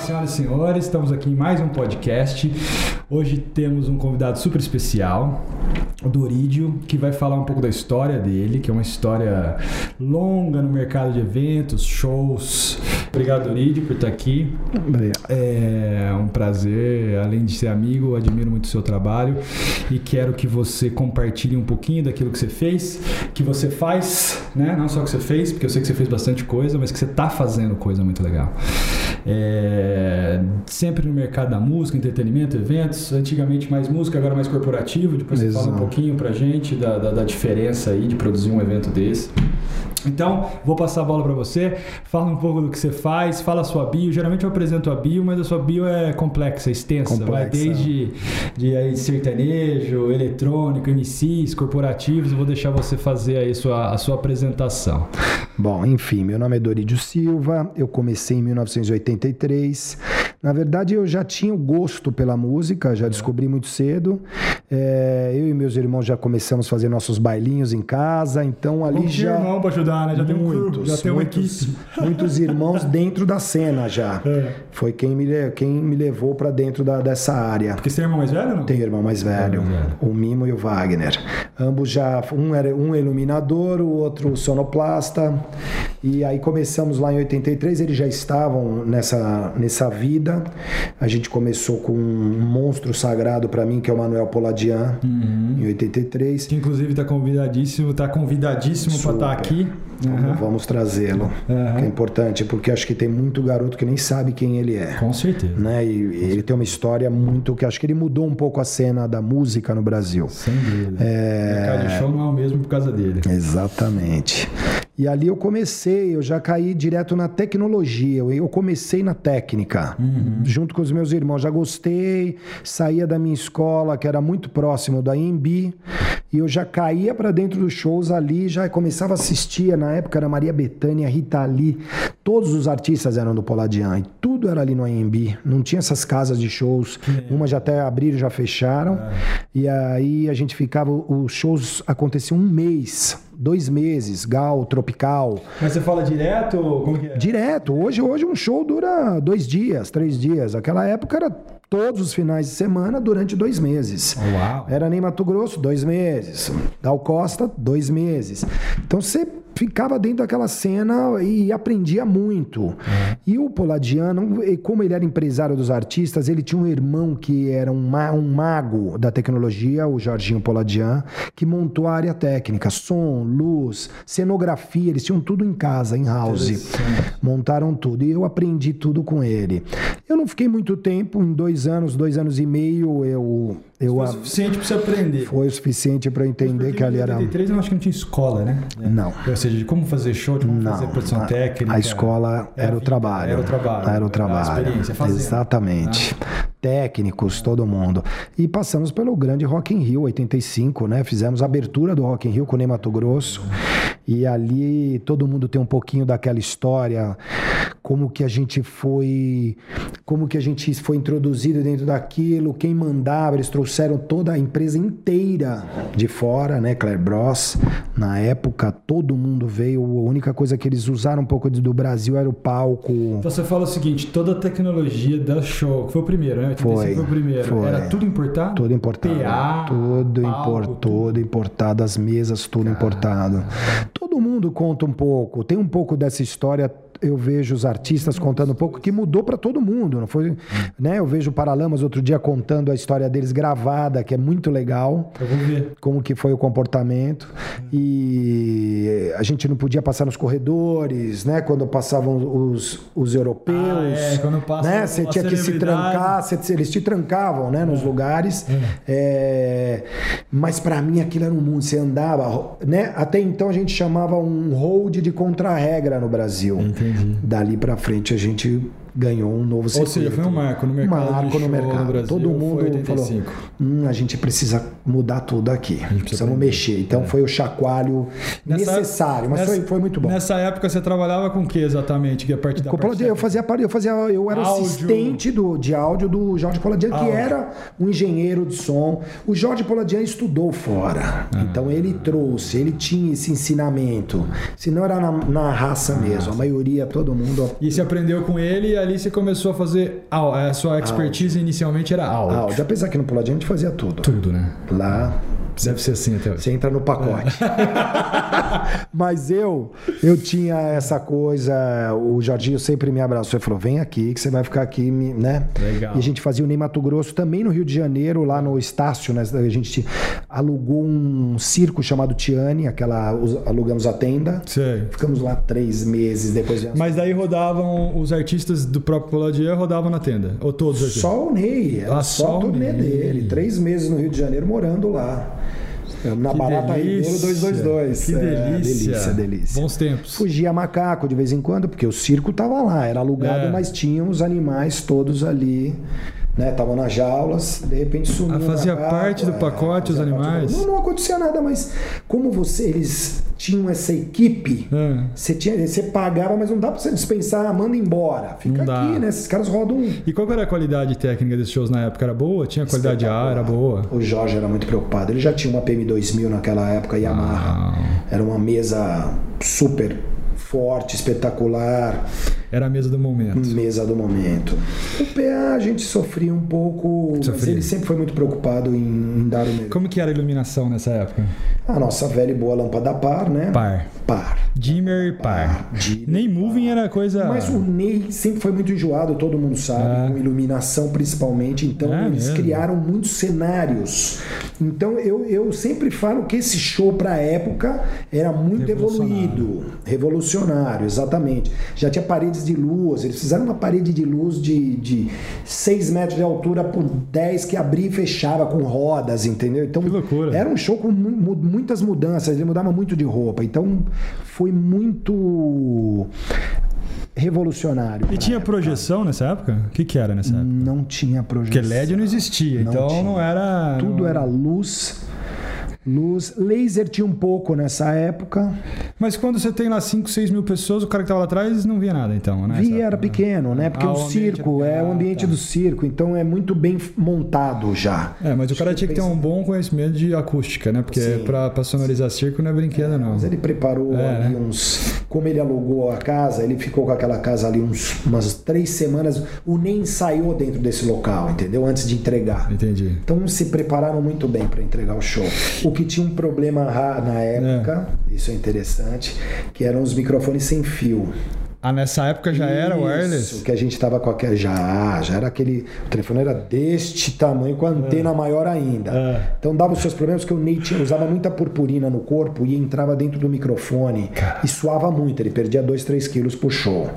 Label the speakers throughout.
Speaker 1: senhoras e senhores, estamos aqui em mais um podcast. Hoje temos um convidado super especial, o Dorídio, que vai falar um pouco da história dele, que é uma história longa no mercado de eventos, shows. Obrigado, Dorídio, por estar aqui.
Speaker 2: Obrigado.
Speaker 1: É um prazer, além de ser amigo, eu admiro muito o seu trabalho e quero que você compartilhe um pouquinho daquilo que você fez, que você faz, né? Não só que você fez, porque eu sei que você fez bastante coisa, mas que você tá fazendo coisa muito legal. É, sempre no mercado da música, entretenimento, eventos, antigamente mais música, agora mais corporativo, depois você fala um
Speaker 2: Exato.
Speaker 1: pouquinho pra gente da, da, da diferença aí de produzir um evento desse. Então, vou passar a bola pra você. Fala um pouco do que você faz, fala a sua bio. Geralmente eu apresento a bio, mas a sua bio é complexa, extensa. Vai
Speaker 2: Complexa.
Speaker 1: desde de aí, sertanejo, eletrônico, MCs, corporativos. Eu vou deixar você fazer aí sua, a sua apresentação.
Speaker 2: Bom, enfim, meu nome é Dorídio Silva, eu comecei em 1983. Na verdade, eu já tinha o gosto pela música, já descobri muito cedo. É, eu e meus irmãos já começamos a fazer nossos bailinhos em casa, então ali já.
Speaker 1: pra ajudar, né?
Speaker 2: muitos, muitos, muitos irmãos dentro da cena já.
Speaker 1: É.
Speaker 2: Foi quem me, le- quem me levou para dentro da- dessa área.
Speaker 1: Porque você é irmão mais velho ou não?
Speaker 2: Tem irmão mais velho,
Speaker 1: mais velho.
Speaker 2: o Mimo e o Wagner. Ambos já, um era um iluminador, o outro sonoplasta. E aí começamos lá em 83, eles já estavam nessa, nessa vida. A gente começou com um monstro sagrado para mim, que é o Manuel Poladian,
Speaker 1: Uhum.
Speaker 2: em 83.
Speaker 1: Que inclusive tá convidadíssimo, tá convidadíssimo pra
Speaker 2: Super.
Speaker 1: estar aqui.
Speaker 2: Vamos-
Speaker 1: Aham.
Speaker 2: Vamos trazê-lo.
Speaker 1: Aham.
Speaker 2: Que é importante, porque acho que tem muito garoto que nem sabe quem ele é.
Speaker 1: Com certeza.
Speaker 2: Né? E e ele tem uma história muito que acho que ele mudou um pouco a cena da música no Brasil.
Speaker 1: Sem dúvida.
Speaker 2: É.
Speaker 1: O mercado de show não é o mesmo por causa dele.
Speaker 2: Exatamente. E ali eu comecei, eu já caí direto na tecnologia, eu- eu comecei na técnica, junto com os meus irmãos. Já gostei, saía da minha escola, que era muito próximo da IMB, e eu já caía pra dentro dos shows ali, já começava a assistir. Na época era Maria Bethânia, Rita Lee, todos os artistas eram do Poladian, e tudo era ali no IMB, não tinha essas casas de shows, uma já até abriram, já fecharam. E aí a gente ficava, os shows aconteciam um mês, dois meses, Gal, Tropical,
Speaker 1: Mas você fala direto? ou Como que é?
Speaker 2: direto. Hoje, hoje um show dura dois dias, três dias. Aquela época era todos os finais de semana durante dois meses.
Speaker 1: Uau.
Speaker 2: Era nem Mato Grosso, dois meses. Gal Costa, dois meses. Então você ficava dentro daquela cena e aprendia muito. E o Poladiano, e como ele era empresário dos artistas, ele tinha um irmão que era um, ma- um mago da tecnologia, o Jorginho Poladian, que montou a área técnica, som, luz, cenografia, eles tinham tudo em casa, em house. Montaram tudo e eu aprendi tudo com ele. Eu não fiquei muito tempo, em dois anos, dois anos e meio, eu, eu
Speaker 1: Foi o suficiente pra você aprender.
Speaker 2: foi o suficiente para eu entender que ali era.
Speaker 1: 83 eu acho que não tinha escola, né?
Speaker 2: Não.
Speaker 1: Ou seja, de como fazer show, de como
Speaker 2: Não,
Speaker 1: fazer produção
Speaker 2: a-
Speaker 1: técnica.
Speaker 2: a escola
Speaker 1: É a
Speaker 2: era o
Speaker 1: vida,
Speaker 2: trabalho.
Speaker 1: era o trabalho,
Speaker 2: Era
Speaker 1: era a
Speaker 2: o trabalho.
Speaker 1: experiência, fazendo,
Speaker 2: Exatamente. Técnicos, todo mundo. E passamos pelo grande Rock in Rio 85, né? Fizemos a abertura do Rock in Rio com o Ney Mato Grosso. E ali todo mundo tem um pouquinho daquela história, como que a gente foi, como que a gente foi introduzido dentro daquilo, quem mandava, eles trouxeram toda a empresa inteira de fora, né, Claire Bros. Na época todo mundo veio, a única coisa que eles usaram um pouco de- do Brasil era o palco.
Speaker 1: Então você fala o seguinte, toda a tecnologia da show, que foi o primeiro, né? 85
Speaker 2: Foi,
Speaker 1: foi o primeiro.
Speaker 2: foi.
Speaker 1: Era tudo importado?
Speaker 2: Tudo importado.
Speaker 1: PA,
Speaker 2: tudo,
Speaker 1: palco,
Speaker 2: impor-
Speaker 1: tudo.
Speaker 2: tudo importado, as mesas, tudo importado. Todo mundo conta um pouco, tem um pouco dessa história. Eu vejo os artistas contando um pouco que mudou para todo mundo, não foi? Né? Eu vejo o Paralamas outro dia contando a história deles gravada, que é muito legal
Speaker 1: Eu vou ver.
Speaker 2: como que foi o comportamento e a gente não podia passar nos corredores, né? Quando passavam os, os europeus,
Speaker 1: Ah, é, quando passa
Speaker 2: né? Você
Speaker 1: uma
Speaker 2: tinha que se
Speaker 1: celebridade. É.
Speaker 2: trancar, você- você- eles te trancavam, né? Nos lugares, É, mas para mim aquilo era um mundo. Você andava, né? Até então a gente chamava um hold de contra-regra no Brasil.
Speaker 1: Entendi.
Speaker 2: Dali para frente a gente ganhou um novo
Speaker 1: Ou seja, foi um marco no mercado
Speaker 2: Marco
Speaker 1: de show
Speaker 2: no mercado.
Speaker 1: Brasil.
Speaker 2: Todo mundo
Speaker 1: foi 85.
Speaker 2: falou, "Hum, a gente precisa mudar tudo aqui. Precisamos
Speaker 1: aprender." É.
Speaker 2: mexer. Então foi o chacoalho
Speaker 1: Nessa-
Speaker 2: necessário, mas
Speaker 1: nessa-
Speaker 2: foi, foi muito bom.
Speaker 1: Nessa época você trabalhava com o que exatamente? Que é a parte da
Speaker 2: Com o
Speaker 1: parte
Speaker 2: Poladian, eu fazia parte, eu fazia, eu era
Speaker 1: Áudio.
Speaker 2: assistente do, de áudio do Jorge Poladian, que
Speaker 1: Áudio.
Speaker 2: era um engenheiro de som. O Jorge Poladian estudou fora.
Speaker 1: Ah.
Speaker 2: Então ele trouxe, ele tinha esse ensinamento. Se não era na, na raça mesmo, a maioria, todo mundo
Speaker 1: E você aprendeu com ele e aí ali você começou a fazer au- a sua expertise inicialmente era áudio.
Speaker 2: Áudio. Apesar que no Puladinho a gente fazia tudo.
Speaker 1: Tudo, né?
Speaker 2: Lá
Speaker 1: Deve ser assim até hoje.
Speaker 2: você entra no pacote. Mas eu, eu tinha essa coisa, o Jorginho sempre me abraçou e falou: vem aqui, que você vai ficar aqui, me- né?
Speaker 1: Legal.
Speaker 2: E a gente fazia o Ney Mato Grosso também no Rio de Janeiro, lá no Estácio, né? A gente alugou um circo chamado Tiane, aquela. os- Alugamos a tenda.
Speaker 1: Sei.
Speaker 2: Ficamos lá três meses, depois viemos.
Speaker 1: Mas daí rodavam os artistas do próprio Poladier rodavam na tenda. Ou todos os artistas?
Speaker 2: Só o Ney, era
Speaker 1: Ah, só
Speaker 2: só
Speaker 1: o
Speaker 2: a turnê
Speaker 1: Ney.
Speaker 2: dele. Três meses no Rio de Janeiro morando lá. Na Barata Ribeiro 222.
Speaker 1: Que
Speaker 2: É,
Speaker 1: delícia.
Speaker 2: delícia, delícia.
Speaker 1: Bons tempos.
Speaker 2: Fugia macaco de vez em quando, porque o circo tava lá, era alugado,
Speaker 1: É.
Speaker 2: mas tinha os animais todos ali, né? Estavam nas jaulas, de repente sumiu. é,
Speaker 1: Ah, fazia parte do pacote os animais?
Speaker 2: Não, não acontecia nada, mas como você, eles tinham essa equipe,
Speaker 1: É.
Speaker 2: você, tinha, você pagava, mas não dá pra você dispensar, manda embora. Fica
Speaker 1: Não dá.
Speaker 2: aqui, né? Esses caras rodam.
Speaker 1: E qual que era a qualidade técnica desses shows na época? Era boa? Tinha qualidade de ar? Era boa?
Speaker 2: Tá O Jorge era muito preocupado. Ele já tinha uma PM2000 naquela época, Yamaha.
Speaker 1: Ah,
Speaker 2: Era uma mesa super forte, espetacular.
Speaker 1: era a mesa do momento.
Speaker 2: Mesa do momento. O PA a gente sofria um pouco, mas
Speaker 1: Sofria.
Speaker 2: ele sempre foi muito preocupado em, em dar o melhor.
Speaker 1: Como que era a iluminação nessa época?
Speaker 2: A nossa velha e boa lâmpada par, né?
Speaker 1: Par.
Speaker 2: Par.
Speaker 1: Dimmer e par.
Speaker 2: Ah, dimmer,
Speaker 1: Nem moving era coisa...
Speaker 2: Mas o Ney sempre foi muito enjoado, todo mundo sabe,
Speaker 1: É.
Speaker 2: com iluminação principalmente. Então
Speaker 1: É
Speaker 2: eles
Speaker 1: mesmo?
Speaker 2: criaram muitos cenários. Então eu, eu sempre falo que esse show pra época era muito
Speaker 1: Revolucionário.
Speaker 2: evoluído, revolucionário, exatamente. Já tinha paredes de luz, eles fizeram uma parede de luz de, de 6 metros de altura por 10 que abria e fechava com rodas, entendeu? Então
Speaker 1: Que loucura.
Speaker 2: era um show com mu- mu- muitas mudanças, ele mudava muito de roupa, então foi muito revolucionário.
Speaker 1: E
Speaker 2: pra
Speaker 1: tinha
Speaker 2: época.
Speaker 1: projeção nessa época? O que que era nessa época?
Speaker 2: Não tinha projeção.
Speaker 1: Porque LED não existia,
Speaker 2: Hum. Não
Speaker 1: então
Speaker 2: tinha.
Speaker 1: não era...
Speaker 2: Tudo
Speaker 1: não-
Speaker 2: era luz, luz. Laser tinha um pouco nessa época.
Speaker 1: Mas quando você tem lá 5, 6 mil pessoas, o cara que tava lá atrás não via nada, então, né?
Speaker 2: Via
Speaker 1: Essa-
Speaker 2: era pequeno, né? Porque
Speaker 1: Ah,
Speaker 2: o
Speaker 1: o ambiente
Speaker 2: circo
Speaker 1: era
Speaker 2: é o
Speaker 1: pequeno.
Speaker 2: ambiente
Speaker 1: Ah, tá.
Speaker 2: do circo, então é muito bem montado já.
Speaker 1: É, mas o cara tinha que ter
Speaker 2: pensa-
Speaker 1: um bom conhecimento de acústica, né? Porque
Speaker 2: Sim.
Speaker 1: pra, pra sonorizar circo não é brinquedo, não.
Speaker 2: Mas ele preparou
Speaker 1: É,
Speaker 2: ali
Speaker 1: né?
Speaker 2: uns. Como ele alugou a casa, ele ficou com aquela casa ali uns, umas três semanas. O nem ensaiou dentro desse local, entendeu? Antes de entregar.
Speaker 1: Entendi.
Speaker 2: Então se prepararam muito bem para entregar o show. O que tinha um problema ra- na época, isso é interessante, que eram os microfones sem fio.
Speaker 1: Ah, nessa época já era
Speaker 2: Isso,
Speaker 1: wireless?
Speaker 2: que a gente tava com aquele. Já, já era aquele. O telefone era deste tamanho, com a antena maior ainda.
Speaker 1: É.
Speaker 2: Então dava os seus problemas, que o Ney tinha- usava muita purpurina no corpo e entrava dentro do microfone e suava muito. Ele perdia 2, 3 quilos pro show.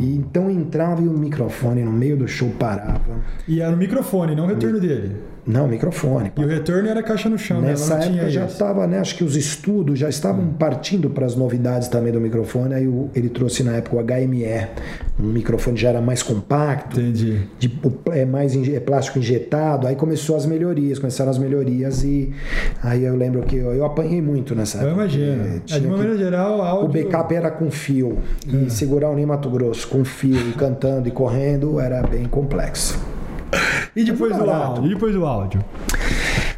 Speaker 2: E então entrava e o microfone no meio do show parava.
Speaker 1: E era o microfone, não o retorno dele.
Speaker 2: Não, microfone.
Speaker 1: E o retorno era caixa no chão, né? Ela
Speaker 2: Nessa
Speaker 1: não
Speaker 2: época
Speaker 1: tinha
Speaker 2: já
Speaker 1: isso. Hum.
Speaker 2: estava, né? Acho que os estudos já estavam partindo para as novidades também do microfone. Aí o- ele trouxe na época o HME, um microfone já era mais compacto,
Speaker 1: Entendi.
Speaker 2: de, o- é mais inje- é plástico injetado, aí começou as melhorias, começaram as melhorias e aí eu lembro que eu, eu apanhei muito nessa
Speaker 1: Eu
Speaker 2: época.
Speaker 1: imagino.
Speaker 2: porque
Speaker 1: É,
Speaker 2: tinha
Speaker 1: de
Speaker 2: que-
Speaker 1: maneira Ah. geral, áudio...
Speaker 2: o backup era com fio e segurar o Ney Mato Grosso com fio e cantando e correndo era bem complexo.
Speaker 1: E depois
Speaker 2: Mas
Speaker 1: do
Speaker 2: era
Speaker 1: áudio?
Speaker 2: barato.
Speaker 1: E depois do áudio?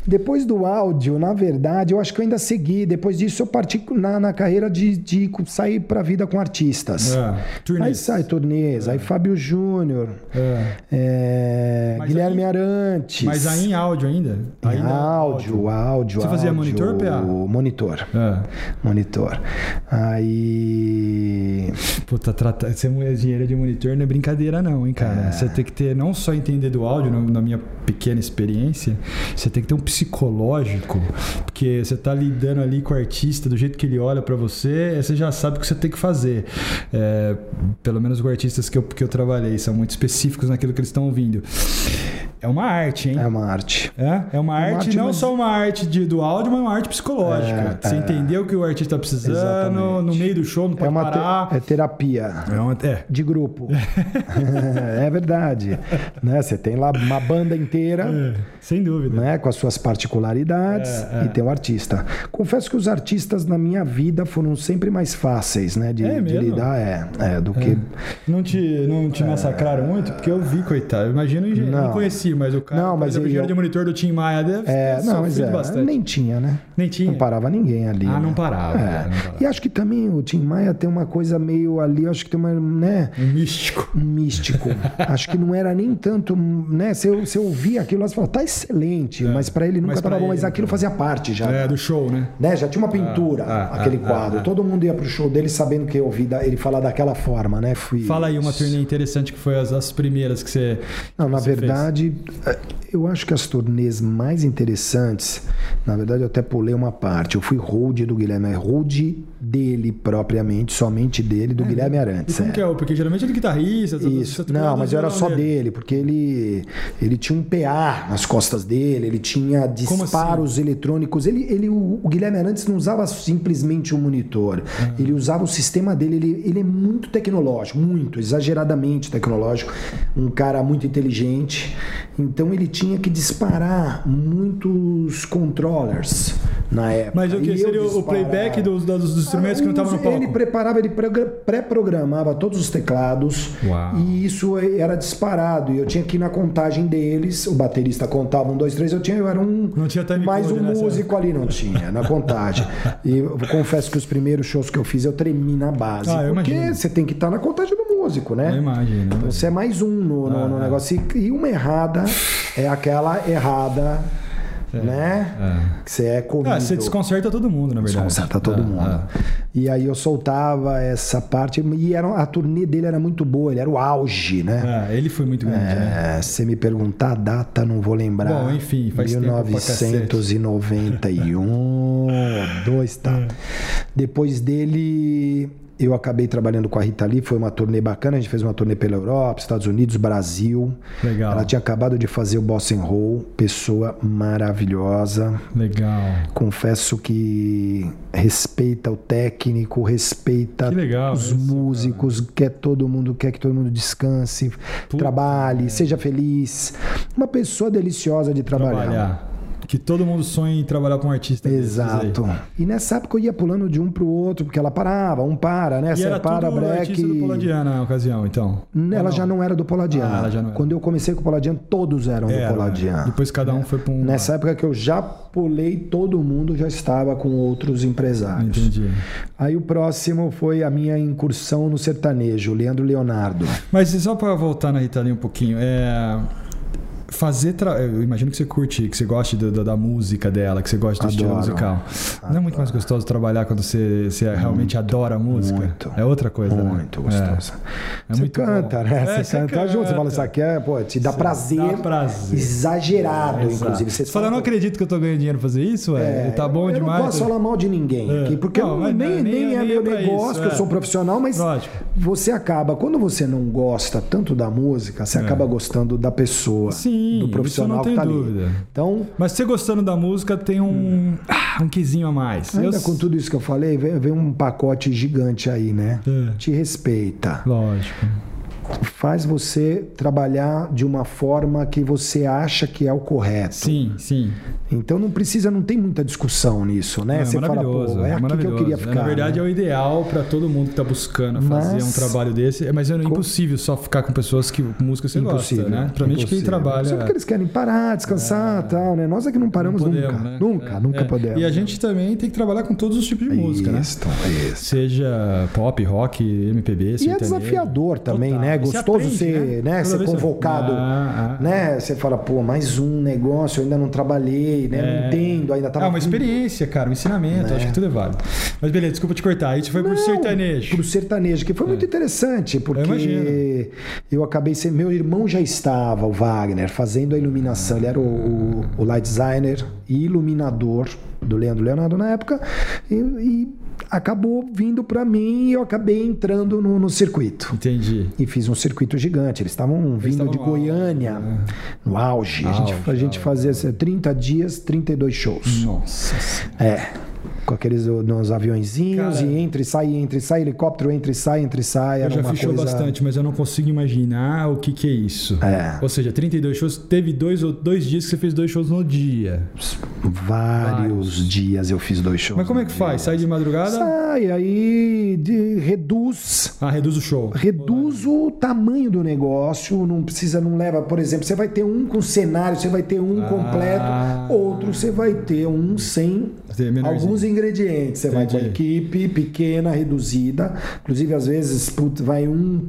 Speaker 2: Depois do áudio, na verdade, eu acho que eu ainda segui. Depois disso, eu parti na, na carreira de, de sair pra vida com artistas.
Speaker 1: É.
Speaker 2: Aí
Speaker 1: Turnês. Ah.
Speaker 2: sai turnês, aí Fábio Júnior,
Speaker 1: É.
Speaker 2: é,
Speaker 1: Mas
Speaker 2: Guilherme
Speaker 1: aí-
Speaker 2: Arantes.
Speaker 1: Mas aí em áudio ainda? Ainda
Speaker 2: Ah. áudio, áudio.
Speaker 1: Você fazia
Speaker 2: áudio,
Speaker 1: monitor, PA?
Speaker 2: Monitor,
Speaker 1: É.
Speaker 2: monitor. Aí.
Speaker 1: Puta, trata... ser mulher engenheira de monitor não é brincadeira, não, hein, cara?
Speaker 2: É.
Speaker 1: Você tem que ter, não só entender do áudio, na- na minha pequena experiência, você tem que ter um psicológico, porque você tá lidando ali com o artista, do jeito que ele olha pra você, você já sabe o que você tem que fazer. É, pelo menos os artistas que eu, que eu trabalhei são muito específicos naquilo que eles estão ouvindo. É uma arte, hein?
Speaker 2: É uma arte.
Speaker 1: É, é uma arte,
Speaker 2: arte,
Speaker 1: não
Speaker 2: mas-
Speaker 1: só uma arte de, do áudio, mas uma arte psicológica.
Speaker 2: É,
Speaker 1: Você
Speaker 2: é.
Speaker 1: entender o que o artista tá precisando,
Speaker 2: Exatamente.
Speaker 1: no meio do show, não pode
Speaker 2: É, uma te-
Speaker 1: parar.
Speaker 2: é terapia.
Speaker 1: É uma- é.
Speaker 2: de grupo. é verdade. né? Você tem lá uma banda inteira
Speaker 1: Sem dúvida.
Speaker 2: Né? Com as suas particularidades
Speaker 1: É, é.
Speaker 2: e tem o artista. Confesso que os artistas na minha vida foram sempre mais fáceis, né? De,
Speaker 1: É
Speaker 2: de
Speaker 1: mesmo?
Speaker 2: lidar, é, é, do que.
Speaker 1: Não te, não te massacraram muito? Porque eu vi, coitado. Eu Imagino, eu não,
Speaker 2: Não.
Speaker 1: conheci, mas o cara,
Speaker 2: Não,
Speaker 1: por
Speaker 2: mas
Speaker 1: exemplo, o
Speaker 2: eu-
Speaker 1: engenheiro de monitor do Tim Maia deve
Speaker 2: É,
Speaker 1: ter
Speaker 2: não, mas
Speaker 1: sofrido
Speaker 2: é,
Speaker 1: bastante.
Speaker 2: nem tinha, né?
Speaker 1: Nem tinha.
Speaker 2: Não parava ninguém ali.
Speaker 1: Ah, não
Speaker 2: né?
Speaker 1: parava.
Speaker 2: É.
Speaker 1: não parava.
Speaker 2: E acho que também o Tim Maia tem uma coisa meio ali, eu acho que tem uma, né?
Speaker 1: Um místico.
Speaker 2: um místico. acho que não era nem tanto, né? Se eu, se eu ouvia aquilo, lá, você falava, tá excelente, mas pra ele nunca
Speaker 1: É. mas pra
Speaker 2: tava bom,
Speaker 1: ele
Speaker 2: mas
Speaker 1: nunca
Speaker 2: aquilo
Speaker 1: tava.
Speaker 2: fazia parte já.
Speaker 1: É, do show, né?
Speaker 2: Né? Já tinha uma pintura,
Speaker 1: Ah, ah,
Speaker 2: aquele
Speaker 1: ah,
Speaker 2: quadro.
Speaker 1: ah.
Speaker 2: Todo mundo ia pro show dele sabendo que eu ouvi da- ele falar daquela forma, né? Fui...
Speaker 1: Fala aí uma turnê interessante que foi as, as primeiras que você.
Speaker 2: Não, na
Speaker 1: você
Speaker 2: verdade, eh, eu acho que as turnês mais interessantes, na verdade, eu até pulei uma parte. Eu fui hold do Guilherme, é hold dele propriamente, somente dele, do Guilherme
Speaker 1: fez. E
Speaker 2: Arantes.
Speaker 1: como
Speaker 2: é.
Speaker 1: que é? Porque geralmente é do guitarrista. do- do-
Speaker 2: Isso.
Speaker 1: do- do-
Speaker 2: Não,
Speaker 1: do-
Speaker 2: mas
Speaker 1: do-
Speaker 2: era
Speaker 1: do-
Speaker 2: só
Speaker 1: do-
Speaker 2: dele, porque ele, ele tinha um PA nas costas dele, ele tinha
Speaker 1: Como assim?
Speaker 2: disparos eletrônicos. Ele, ele, o, o Guilherme Arantes não usava simplesmente um monitor.
Speaker 1: Ah.
Speaker 2: Ele usava o sistema dele. Ele, ele é muito tecnológico, muito, exageradamente tecnológico. Um cara muito inteligente. Então ele tinha que disparar muitos controllers na época.
Speaker 1: Mas o
Speaker 2: E
Speaker 1: que
Speaker 2: eu
Speaker 1: seria o
Speaker 2: disparava-
Speaker 1: playback dos, dos instrumentos que não estavam no
Speaker 2: Ele
Speaker 1: palco?
Speaker 2: preparava, ele progra- pré-programava todos os teclados
Speaker 1: Uau.
Speaker 2: e isso era disparado. E eu tinha que ir na contagem deles, o baterista contava um, dois, três, eu tinha, eu era um
Speaker 1: Não tinha time
Speaker 2: mais
Speaker 1: code né,
Speaker 2: um
Speaker 1: nessa
Speaker 2: músico ali, não tinha, na contagem. E eu confesso que os primeiros shows que eu fiz eu tremi na base.
Speaker 1: Ah, eu
Speaker 2: porque
Speaker 1: imagino.
Speaker 2: você tem que estar na contagem do músico, né?
Speaker 1: Eu imagino, Ah, é. eu imagino.
Speaker 2: Você é mais um no, no- no negócio. E e uma errada é aquela errada, né? Que você é comido.
Speaker 1: É. Ah, você desconcerta todo mundo, na verdade.
Speaker 2: Desconcerta Então, tá todo
Speaker 1: Ah,
Speaker 2: mundo.
Speaker 1: ah.
Speaker 2: E aí eu soltava essa parte. E era, a turnê dele era muito boa, ele era o auge, né?
Speaker 1: Ah, ele foi muito grande, né?
Speaker 2: É, se me perguntar a data, não vou lembrar.
Speaker 1: Bom, enfim, faz tempo pra
Speaker 2: 1991, dois, tá.
Speaker 1: É.
Speaker 2: Depois dele, eu acabei trabalhando com a Rita Lee, foi uma turnê bacana, a gente fez uma turnê pela Europa, Estados Unidos, Brasil.
Speaker 1: Legal.
Speaker 2: Ela tinha acabado de fazer o Boss and Roll, pessoa maravilhosa,
Speaker 1: Legal.
Speaker 2: confesso que respeita o técnico, respeita
Speaker 1: Que legal né,
Speaker 2: os
Speaker 1: isso,
Speaker 2: músicos, quer todo mundo, quer que todo mundo descanse,
Speaker 1: é.
Speaker 2: trabalhe, seja feliz. Uma pessoa deliciosa de trabalhar.
Speaker 1: Trabalhar. tá Que todo mundo sonha em trabalhar com um artista. desses aí.
Speaker 2: Exato. E nessa época eu ia pulando de um pro outro, porque ela parava, um para, né?
Speaker 1: E era
Speaker 2: Você para,
Speaker 1: tudo
Speaker 2: break.
Speaker 1: artista do Poladiana na ocasião, então.
Speaker 2: Ela
Speaker 1: Ou
Speaker 2: já não era do Poladiano.
Speaker 1: Ah, ela já não era.
Speaker 2: Quando eu comecei com o Poladiano, todos eram
Speaker 1: Era,
Speaker 2: é
Speaker 1: né?
Speaker 2: do Poladiano.
Speaker 1: Depois cada um foi pra um...
Speaker 2: Nessa época que eu já pulei, todo mundo já estava com outros empresários.
Speaker 1: Entendi.
Speaker 2: Aí o próximo foi a minha incursão no sertanejo, Leandro Leonardo.
Speaker 1: Mas só pra voltar na Rita Lee um pouquinho, é... Fazer. Tra... Eu imagino que você curte, que você goste do- do- da música dela, que você gosta do estilo
Speaker 2: Adoro.
Speaker 1: musical. Não é muito mais gostoso trabalhar quando você, você realmente adora a música?
Speaker 2: muito.
Speaker 1: É outra coisa, né?
Speaker 2: Muito gostosa.
Speaker 1: É, é
Speaker 2: você
Speaker 1: muito bom.
Speaker 2: canta, né?
Speaker 1: É,
Speaker 2: Você, canta, junto, você fala, isso aqui é, pô, te dá prazer.
Speaker 1: dá prazer.
Speaker 2: Exagerado,
Speaker 1: Exato.
Speaker 2: inclusive. Você
Speaker 1: Você fala,
Speaker 2: fala,
Speaker 1: não acredito que eu tô ganhando dinheiro pra fazer isso? É, tá bom
Speaker 2: eu
Speaker 1: demais.
Speaker 2: não posso falar mal de ninguém
Speaker 1: É.
Speaker 2: aqui, porque
Speaker 1: Não,
Speaker 2: eu
Speaker 1: mas não,
Speaker 2: nem, nem
Speaker 1: nem-
Speaker 2: é
Speaker 1: nem
Speaker 2: meu
Speaker 1: é pra
Speaker 2: negócio,
Speaker 1: isso,
Speaker 2: que
Speaker 1: é.
Speaker 2: eu sou profissional, mas
Speaker 1: Lógico.
Speaker 2: você acaba, quando você não gosta tanto da música, você acaba gostando da pessoa,
Speaker 1: É. Sim, isso eu
Speaker 2: do
Speaker 1: não
Speaker 2: profissional
Speaker 1: tenho
Speaker 2: que tá
Speaker 1: dúvida.
Speaker 2: ali. Então,
Speaker 1: Mas você gostando da música tem um. Ah, um quizinho a mais.
Speaker 2: Hum. Ainda
Speaker 1: Eu-
Speaker 2: com tudo isso que eu falei, vem, vem um pacote gigante aí, né?
Speaker 1: É.
Speaker 2: Te respeita.
Speaker 1: Lógico.
Speaker 2: Faz você trabalhar de uma forma que você acha que é o correto.
Speaker 1: Sim, sim.
Speaker 2: Então não precisa, não tem muita discussão nisso, né?
Speaker 1: É,
Speaker 2: você fala, pô,
Speaker 1: maravilhoso.
Speaker 2: é
Speaker 1: é
Speaker 2: aqui que eu
Speaker 1: maravilhoso.
Speaker 2: queria
Speaker 1: É,
Speaker 2: ficar.
Speaker 1: Na verdade,
Speaker 2: né?
Speaker 1: é o ideal pra todo mundo que tá buscando fazer
Speaker 2: Mas-
Speaker 1: um trabalho desse. É, Mas é impossível só ficar com pessoas que música você gosta, né? Principalmente quem
Speaker 2: impossível.
Speaker 1: trabalha.
Speaker 2: Só porque eles querem parar, descansar tal, né? Nós é que não paramos
Speaker 1: podemos,
Speaker 2: nunca.
Speaker 1: né?
Speaker 2: Nunca,
Speaker 1: É,
Speaker 2: nunca
Speaker 1: é.
Speaker 2: podemos.
Speaker 1: E a gente também tem que trabalhar com todos os tipos de música, né?
Speaker 2: né? Isso, isso.
Speaker 1: Seja pop, rock, MPB,
Speaker 2: E é
Speaker 1: sertanejo.
Speaker 2: desafiador também,
Speaker 1: Total. E
Speaker 2: né?
Speaker 1: você
Speaker 2: Gostoso
Speaker 1: aprende,
Speaker 2: ser,
Speaker 1: né?
Speaker 2: né?
Speaker 1: Toda
Speaker 2: ser
Speaker 1: vez você-
Speaker 2: convocado,
Speaker 1: Ah, ah.
Speaker 2: né? Você fala, pô, mais um negócio, eu ainda não trabalhei, né? Não entendo, ainda tava
Speaker 1: É uma experiência, cara, um ensinamento, acho que tudo é válido. Mas beleza, desculpa te cortar. Aí você foi por sertanejo.
Speaker 2: Pro sertanejo, que foi muito interessante, porque
Speaker 1: É. imagino.
Speaker 2: eu, acabei sendo. Meu irmão já estava, o Wagner, fazendo a iluminação. Ele era o, o- o light designer e iluminador do Leandro Leonardo na época. E, e acabou vindo para mim e eu acabei entrando no- no circuito.
Speaker 1: Entendi.
Speaker 2: e fiz um circuito gigante. Eles estavam vindo
Speaker 1: estavam
Speaker 2: de
Speaker 1: no né?
Speaker 2: Goiânia, no auge. A gente,
Speaker 1: Auge, Hum.
Speaker 2: a gente fazia assim, 30 dias, 32 shows.
Speaker 1: Nossa. senhora.
Speaker 2: É. com aqueles nos aviõezinhos
Speaker 1: Cara,
Speaker 2: e entra e sai, entra e sai, helicóptero entra e sai, entra e sai.
Speaker 1: Eu
Speaker 2: Era
Speaker 1: já
Speaker 2: uma
Speaker 1: fiz show
Speaker 2: coisa...
Speaker 1: bastante, mas eu não consigo imaginar o que, que é isso.
Speaker 2: É.
Speaker 1: Ou seja, 32 shows, teve dois, ou- dois dias que você fez dois shows no dia.
Speaker 2: Vários dias eu fiz dois shows.
Speaker 1: Mas como é que faz? Sai de madrugada?
Speaker 2: Sai, aí de- reduz.
Speaker 1: Ah, reduz o show.
Speaker 2: Reduz o tamanho do negócio, não precisa, não leva, por exemplo, você vai ter um com cenário, você vai ter um completo,
Speaker 1: Ah.
Speaker 2: outro você vai ter um sem
Speaker 1: Você é menorzinho.
Speaker 2: alguns ingredientes. Você vai com a
Speaker 1: Entendi.
Speaker 2: equipe pequena, reduzida, inclusive às vezes putz, vai um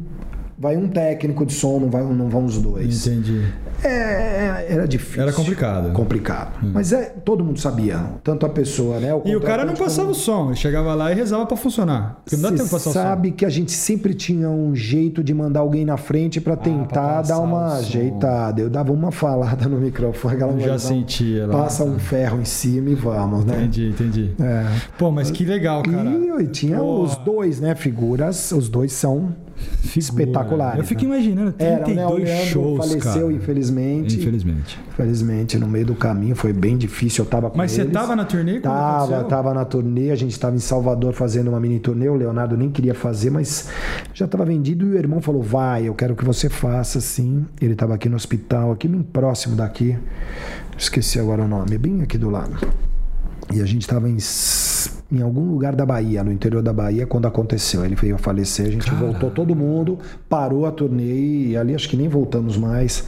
Speaker 2: vai um técnico de som, não, vai, um- não vão os dois.
Speaker 1: Entendi.
Speaker 2: É, era difícil.
Speaker 1: Era complicado. Hum.
Speaker 2: Complicado. Mas é, todo mundo sabia, tanto a pessoa, né?
Speaker 1: E o cara não
Speaker 2: contratante
Speaker 1: passava
Speaker 2: como-
Speaker 1: o som, ele chegava lá e rezava pra funcionar. Porque não dá
Speaker 2: Cê
Speaker 1: tempo pra passar
Speaker 2: sabe que a gente sempre tinha um jeito de mandar alguém na frente pra tentar
Speaker 1: Ah, pra passar
Speaker 2: dar uma
Speaker 1: o som.
Speaker 2: ajeitada. Eu dava uma falada no microfone, aquela
Speaker 1: o som.
Speaker 2: coisa,
Speaker 1: Já sentia lá.
Speaker 2: passa um ferro em cima e vamos, né?
Speaker 1: Entendi, entendi.
Speaker 2: É.
Speaker 1: Pô, mas que legal, cara.
Speaker 2: E, e tinha
Speaker 1: Pô.
Speaker 2: os dois, né? Figuras, os dois são espetaculares.
Speaker 1: Eu fico
Speaker 2: né?
Speaker 1: imaginando,
Speaker 2: Era, né? O
Speaker 1: 32
Speaker 2: Leandro
Speaker 1: shows,
Speaker 2: faleceu,
Speaker 1: cara.
Speaker 2: infelizmente.
Speaker 1: Infelizmente.
Speaker 2: Infelizmente, no meio do caminho foi bem difícil. Eu tava com
Speaker 1: Mas você
Speaker 2: eles.
Speaker 1: tava na turnê quando
Speaker 2: Tava,
Speaker 1: aconteceu?
Speaker 2: tava na turnê, a gente tava em Salvador fazendo uma mini turnê, o Leonardo nem queria fazer, mas já tava vendido e o irmão falou: "Vai, eu quero que você faça sim". Ele tava aqui no hospital, aqui bem próximo daqui. Esqueci agora o nome, bem aqui do lado. E a gente tava em S- em algum lugar da Bahia, no interior da Bahia, quando aconteceu. Ele veio a falecer, a gente voltou todo mundo, parou a turnê e ali acho que nem voltamos mais.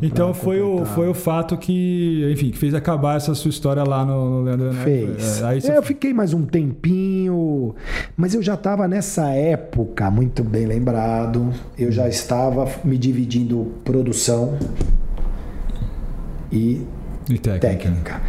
Speaker 1: Então
Speaker 2: Pra
Speaker 1: foi o,
Speaker 2: completar.
Speaker 1: foi o fato que, enfim, que fez acabar essa sua história lá no, no Leandro Neto.
Speaker 2: Fez.
Speaker 1: É, aí você
Speaker 2: eu fiquei mais um tempinho, mas eu já estava nessa época, muito bem lembrado. Eu já estava me dividindo produção e
Speaker 1: E técnica.
Speaker 2: técnica.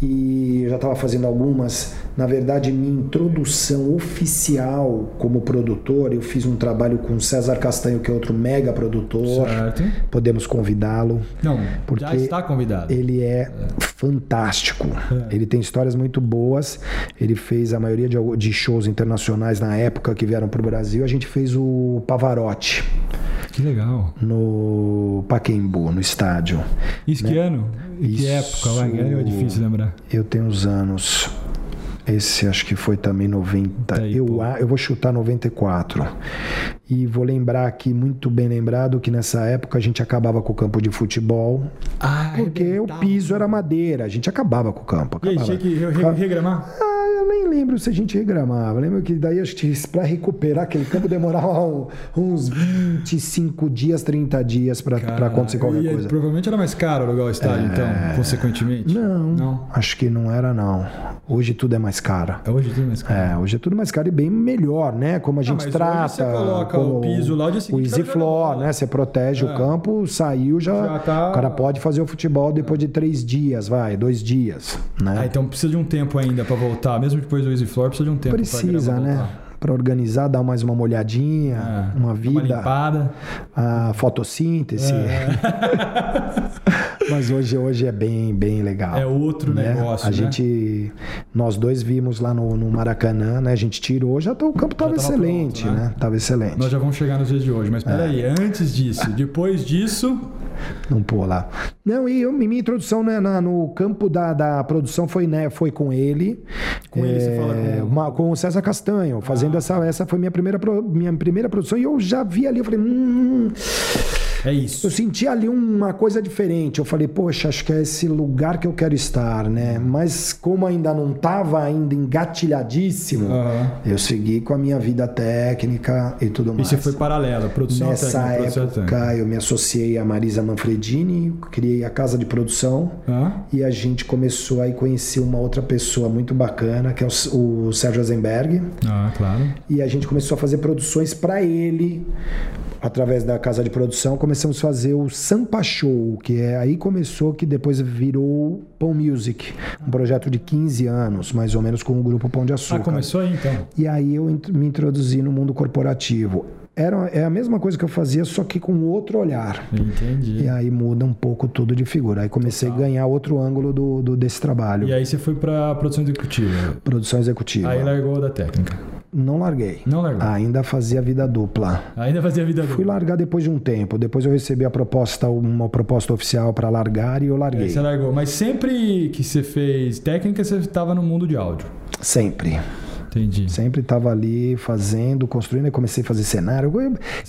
Speaker 2: E eu já estava fazendo algumas. Na verdade, minha introdução oficial como produtor, eu fiz um trabalho com o César Castanho, que é outro mega produtor.
Speaker 1: Certo.
Speaker 2: Podemos convidá-lo.
Speaker 1: Não,
Speaker 2: Porque
Speaker 1: já está convidado.
Speaker 2: Ele é, fantástico.
Speaker 1: É.
Speaker 2: Ele tem histórias muito boas. Ele fez a maioria de, algu- de shows internacionais na época que vieram para o Brasil. A gente fez o Pavarotti
Speaker 1: Que legal.
Speaker 2: no Paquembu, no estádio.
Speaker 1: Isso que ano? E que
Speaker 2: Né? Isso.
Speaker 1: época? Vai, ganhou, é difícil lembrar.
Speaker 2: Eu tenho uns anos. Esse acho que foi também 90.
Speaker 1: Tá aí,
Speaker 2: eu,
Speaker 1: pô.
Speaker 2: a- eu vou chutar 94. E vou lembrar aqui, muito bem lembrado, que nessa época a gente acabava com o campo de futebol.
Speaker 1: Ah,
Speaker 2: é Porque o piso era madeira, a gente acabava com o campo.
Speaker 1: E aí,
Speaker 2: acabava.
Speaker 1: tinha que re- re- regramar?
Speaker 2: Ah, eu nem lembro se a gente regramava. Lembro que daí acho que para recuperar aquele campo demorava um- uns 25 dias, 30 dias para acontecer qualquer
Speaker 1: E aí,
Speaker 2: coisa. É.
Speaker 1: Provavelmente era mais caro alugar o estádio, então, consequentemente.
Speaker 2: Não,
Speaker 1: Não.
Speaker 2: acho que não era não. Hoje tudo é mais caro.
Speaker 1: É hoje tudo mais caro.
Speaker 2: É, hoje é tudo mais caro e bem melhor, né? Como a gente
Speaker 1: Ah, mas hoje
Speaker 2: trata.
Speaker 1: você coloca
Speaker 2: como
Speaker 1: o piso lá, o dia
Speaker 2: o
Speaker 1: seguinte
Speaker 2: Easy
Speaker 1: o cara joga
Speaker 2: Floor,
Speaker 1: bola.
Speaker 2: né? Você protege o campo, saiu, já.
Speaker 1: Já tá-
Speaker 2: O cara pode fazer o futebol depois de três dias, vai, dois dias, né?
Speaker 1: Ah, então precisa de um tempo ainda pra voltar. Mesmo depois do Easy Floor, precisa de um tempo. pra
Speaker 2: Precisa,
Speaker 1: gravar
Speaker 2: né?
Speaker 1: voltar.
Speaker 2: Para organizar, dar mais uma
Speaker 1: É,
Speaker 2: molhadinha, uma
Speaker 1: dá Uma
Speaker 2: vida,
Speaker 1: limpada.
Speaker 2: a fotossíntese.
Speaker 1: É.
Speaker 2: Mas hoje, hoje é bem, bem legal.
Speaker 1: É outro
Speaker 2: né?
Speaker 1: negócio,
Speaker 2: a
Speaker 1: né?
Speaker 2: gente, nós dois vimos lá no, no Maracanã, né? A gente tirou, já tá- o campo tava,
Speaker 1: tava
Speaker 2: excelente,
Speaker 1: pronto, né?
Speaker 2: né? Tava excelente.
Speaker 1: Nós já vamos chegar nos dias de hoje,
Speaker 2: É.
Speaker 1: mas peraí, antes disso, depois disso,
Speaker 2: Não pô lá. Não, e eu, minha introdução né, na- no campo da, da produção foi, né, foi com ele. É,
Speaker 1: Com ele você fala com- Ah.
Speaker 2: uma- com o César Castanho, fazendo essa. Essa foi minha primeira, pro- minha primeira produção e eu já vi ali, eu falei, hum.
Speaker 1: é
Speaker 2: Eu
Speaker 1: isso.
Speaker 2: senti ali uma coisa diferente. Eu falei, poxa, acho que é esse lugar que eu quero estar, né? Mas como ainda não estava ainda engatilhadíssimo,
Speaker 1: Aham.
Speaker 2: eu segui com a minha vida técnica e tudo
Speaker 1: Ah, E
Speaker 2: mais.
Speaker 1: você foi paralelo, produção
Speaker 2: Nessa
Speaker 1: técnica, produção técnica.
Speaker 2: época, eu me associei a Marisa Manfredini, criei a casa de produção
Speaker 1: Hã?
Speaker 2: e a gente começou aí a conhecer uma outra pessoa muito bacana, que é o, o Sérgio Azenberg.
Speaker 1: Ah, claro.
Speaker 2: E a gente começou a fazer produções para ele. Através da casa de produção, começamos a fazer o Sampa Show, que é aí começou que depois virou Pão Music, um projeto de 15 anos, mais ou menos, com o grupo Pão de
Speaker 1: Ah,
Speaker 2: Açúcar.
Speaker 1: começou aí então.
Speaker 2: E aí eu int- me introduzi no mundo corporativo. Era, é a mesma coisa que eu fazia, só que com outro olhar.
Speaker 1: Entendi.
Speaker 2: E aí muda um pouco tudo de figura. Aí comecei a ganhar outro ângulo do, do- desse trabalho.
Speaker 1: E aí você foi pra produção executiva.
Speaker 2: Produção executiva.
Speaker 1: Aí largou da técnica.
Speaker 2: Não larguei.
Speaker 1: Não largou.
Speaker 2: Ainda fazia vida dupla.
Speaker 1: Ainda fazia vida dupla.
Speaker 2: Ah, Fui largar depois de um tempo. Depois eu recebi a proposta, uma proposta oficial para largar e eu larguei.
Speaker 1: Aí Você largou. Mas sempre que você fez técnica, você estava no mundo de áudio.
Speaker 2: Sempre.
Speaker 1: Entendi.
Speaker 2: Sempre estava ali fazendo, construindo. Eu comecei a fazer cenário. Eu,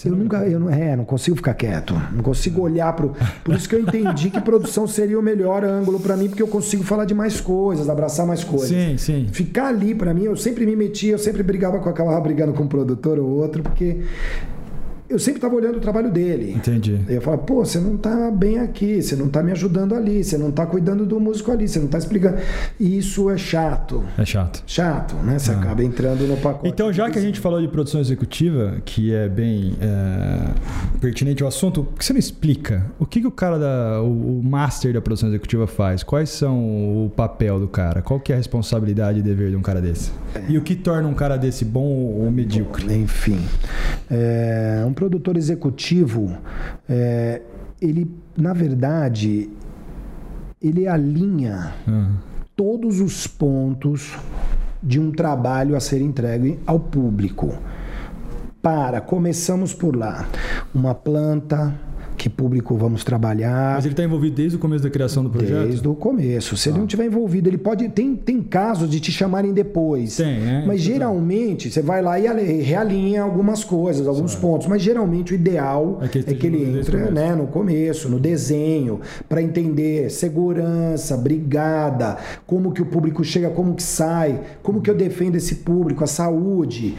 Speaker 2: eu nunca, eu não, é, não consigo ficar quieto. Não consigo olhar pro. Por isso que eu entendi que produção seria o melhor ângulo para mim, porque eu consigo falar de mais coisas, abraçar mais coisas.
Speaker 1: Sim, sim.
Speaker 2: Ficar ali para mim, eu sempre me metia, eu sempre brigava com acabava brigando com um produtor ou outro, porque eu sempre estava olhando o trabalho dele.
Speaker 1: Entendi.
Speaker 2: Eu falava, pô, você não tá bem aqui, você não tá me ajudando ali, você não tá cuidando do músico ali, você não tá explicando. E isso é chato.
Speaker 1: É chato.
Speaker 2: Chato, né? Você acaba entrando no pacote.
Speaker 1: Então, já que a gente falou de produção executiva, que é bem é, pertinente ao assunto, por que você não explica o que, que o cara, da, o, o master da produção executiva faz? Quais são o papel do cara? Qual que é a responsabilidade e dever de um cara desse? E o que torna um cara desse bom ou medíocre?
Speaker 2: Enfim, é, um produtor executivo, é, ele, na verdade, ele alinha
Speaker 1: Ah,
Speaker 2: todos os pontos de um trabalho a ser entregue ao público. Para, começamos por lá. Uma planta, que público vamos trabalhar.
Speaker 1: Mas ele está envolvido desde o começo da criação do projeto? Tá.
Speaker 2: Desde o começo. Se ele não tiver envolvido, ele pode. Tem, tem casos de te chamarem depois.
Speaker 1: Tem, né?
Speaker 2: Mas geralmente você vai lá e ale- realinha algumas coisas, alguns pontos. Mas geralmente o ideal
Speaker 1: É
Speaker 2: é
Speaker 1: que
Speaker 2: que,
Speaker 1: ele esteja
Speaker 2: ele
Speaker 1: envolvido desde o
Speaker 2: entre
Speaker 1: começo.
Speaker 2: né, no começo, no desenho, para entender segurança, brigada, como que o público chega, como que sai, como que eu defendo esse público, a saúde.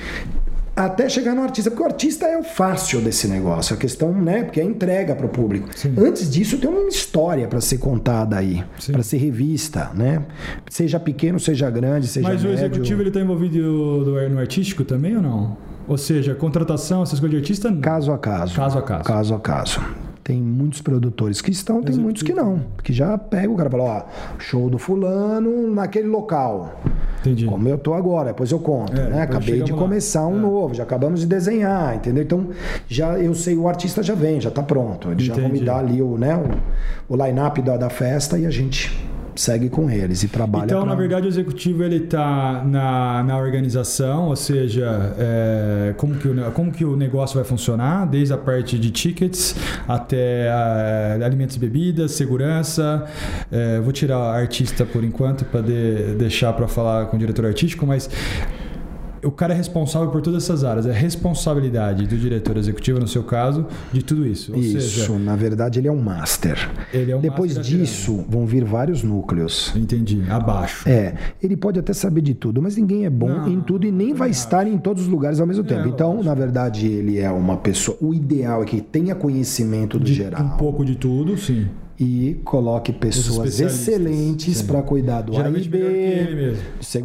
Speaker 2: Até chegar no artista, porque o artista é o fácil desse negócio, a questão, né? Porque é a entrega para o público. Antes disso, tem uma história para ser contada aí,
Speaker 1: Sim.
Speaker 2: para ser revista, né? Seja pequeno, seja grande, seja
Speaker 1: Mas o
Speaker 2: médio.
Speaker 1: executivo ele está envolvido do- do- no artístico também ou não? Ou seja, contratação, essas coisas de artista, não.
Speaker 2: Caso a caso.
Speaker 1: Caso a caso.
Speaker 2: Caso a caso. Tem muitos produtores que estão, tem muitos que não. Que já pega o cara e fala, ó, show do fulano naquele local.
Speaker 1: Entendi.
Speaker 2: Como eu tô agora, depois eu conto,
Speaker 1: É, depois
Speaker 2: né? Acabei
Speaker 1: chegamos
Speaker 2: de
Speaker 1: lá. É.
Speaker 2: começar um novo, já acabamos de desenhar, entendeu? Então, já eu sei, o artista já vem, já tá pronto. Eles já vão me
Speaker 1: Entendi.
Speaker 2: dar ali o, né, o, o line-up da, da festa e a gente segue com eles e trabalha
Speaker 1: Então,
Speaker 2: pra-
Speaker 1: na verdade, o executivo ele está na, na organização, ou seja, é, como, que o, ne- como que o negócio vai funcionar, desde a parte de tickets até é, alimentos e bebidas, segurança. É, vou tirar artista por enquanto para deixar para falar com o diretor artístico, mas o cara é responsável por todas essas áreas. É responsabilidade do diretor executivo, no seu caso, de tudo isso. Ou
Speaker 2: Isso,
Speaker 1: seja,
Speaker 2: na verdade, ele é um master.
Speaker 1: ele é um
Speaker 2: Depois
Speaker 1: master da
Speaker 2: disso, vão vir vários núcleos.
Speaker 1: pirâmide. Entendi. Abaixo.
Speaker 2: É, ele pode até saber de tudo, mas ninguém é bom
Speaker 1: Não,
Speaker 2: em tudo e nem vai estar em todos os lugares ao mesmo tempo. então, na verdade, ele é uma pessoa. O ideal é que tenha conhecimento do
Speaker 1: De um
Speaker 2: geral
Speaker 1: pouco de tudo, sim.
Speaker 2: e coloque pessoas
Speaker 1: especialistas,
Speaker 2: excelentes
Speaker 1: sim.
Speaker 2: para cuidar do A e
Speaker 1: Geralmente melhor que ele
Speaker 2: B,
Speaker 1: mesmo.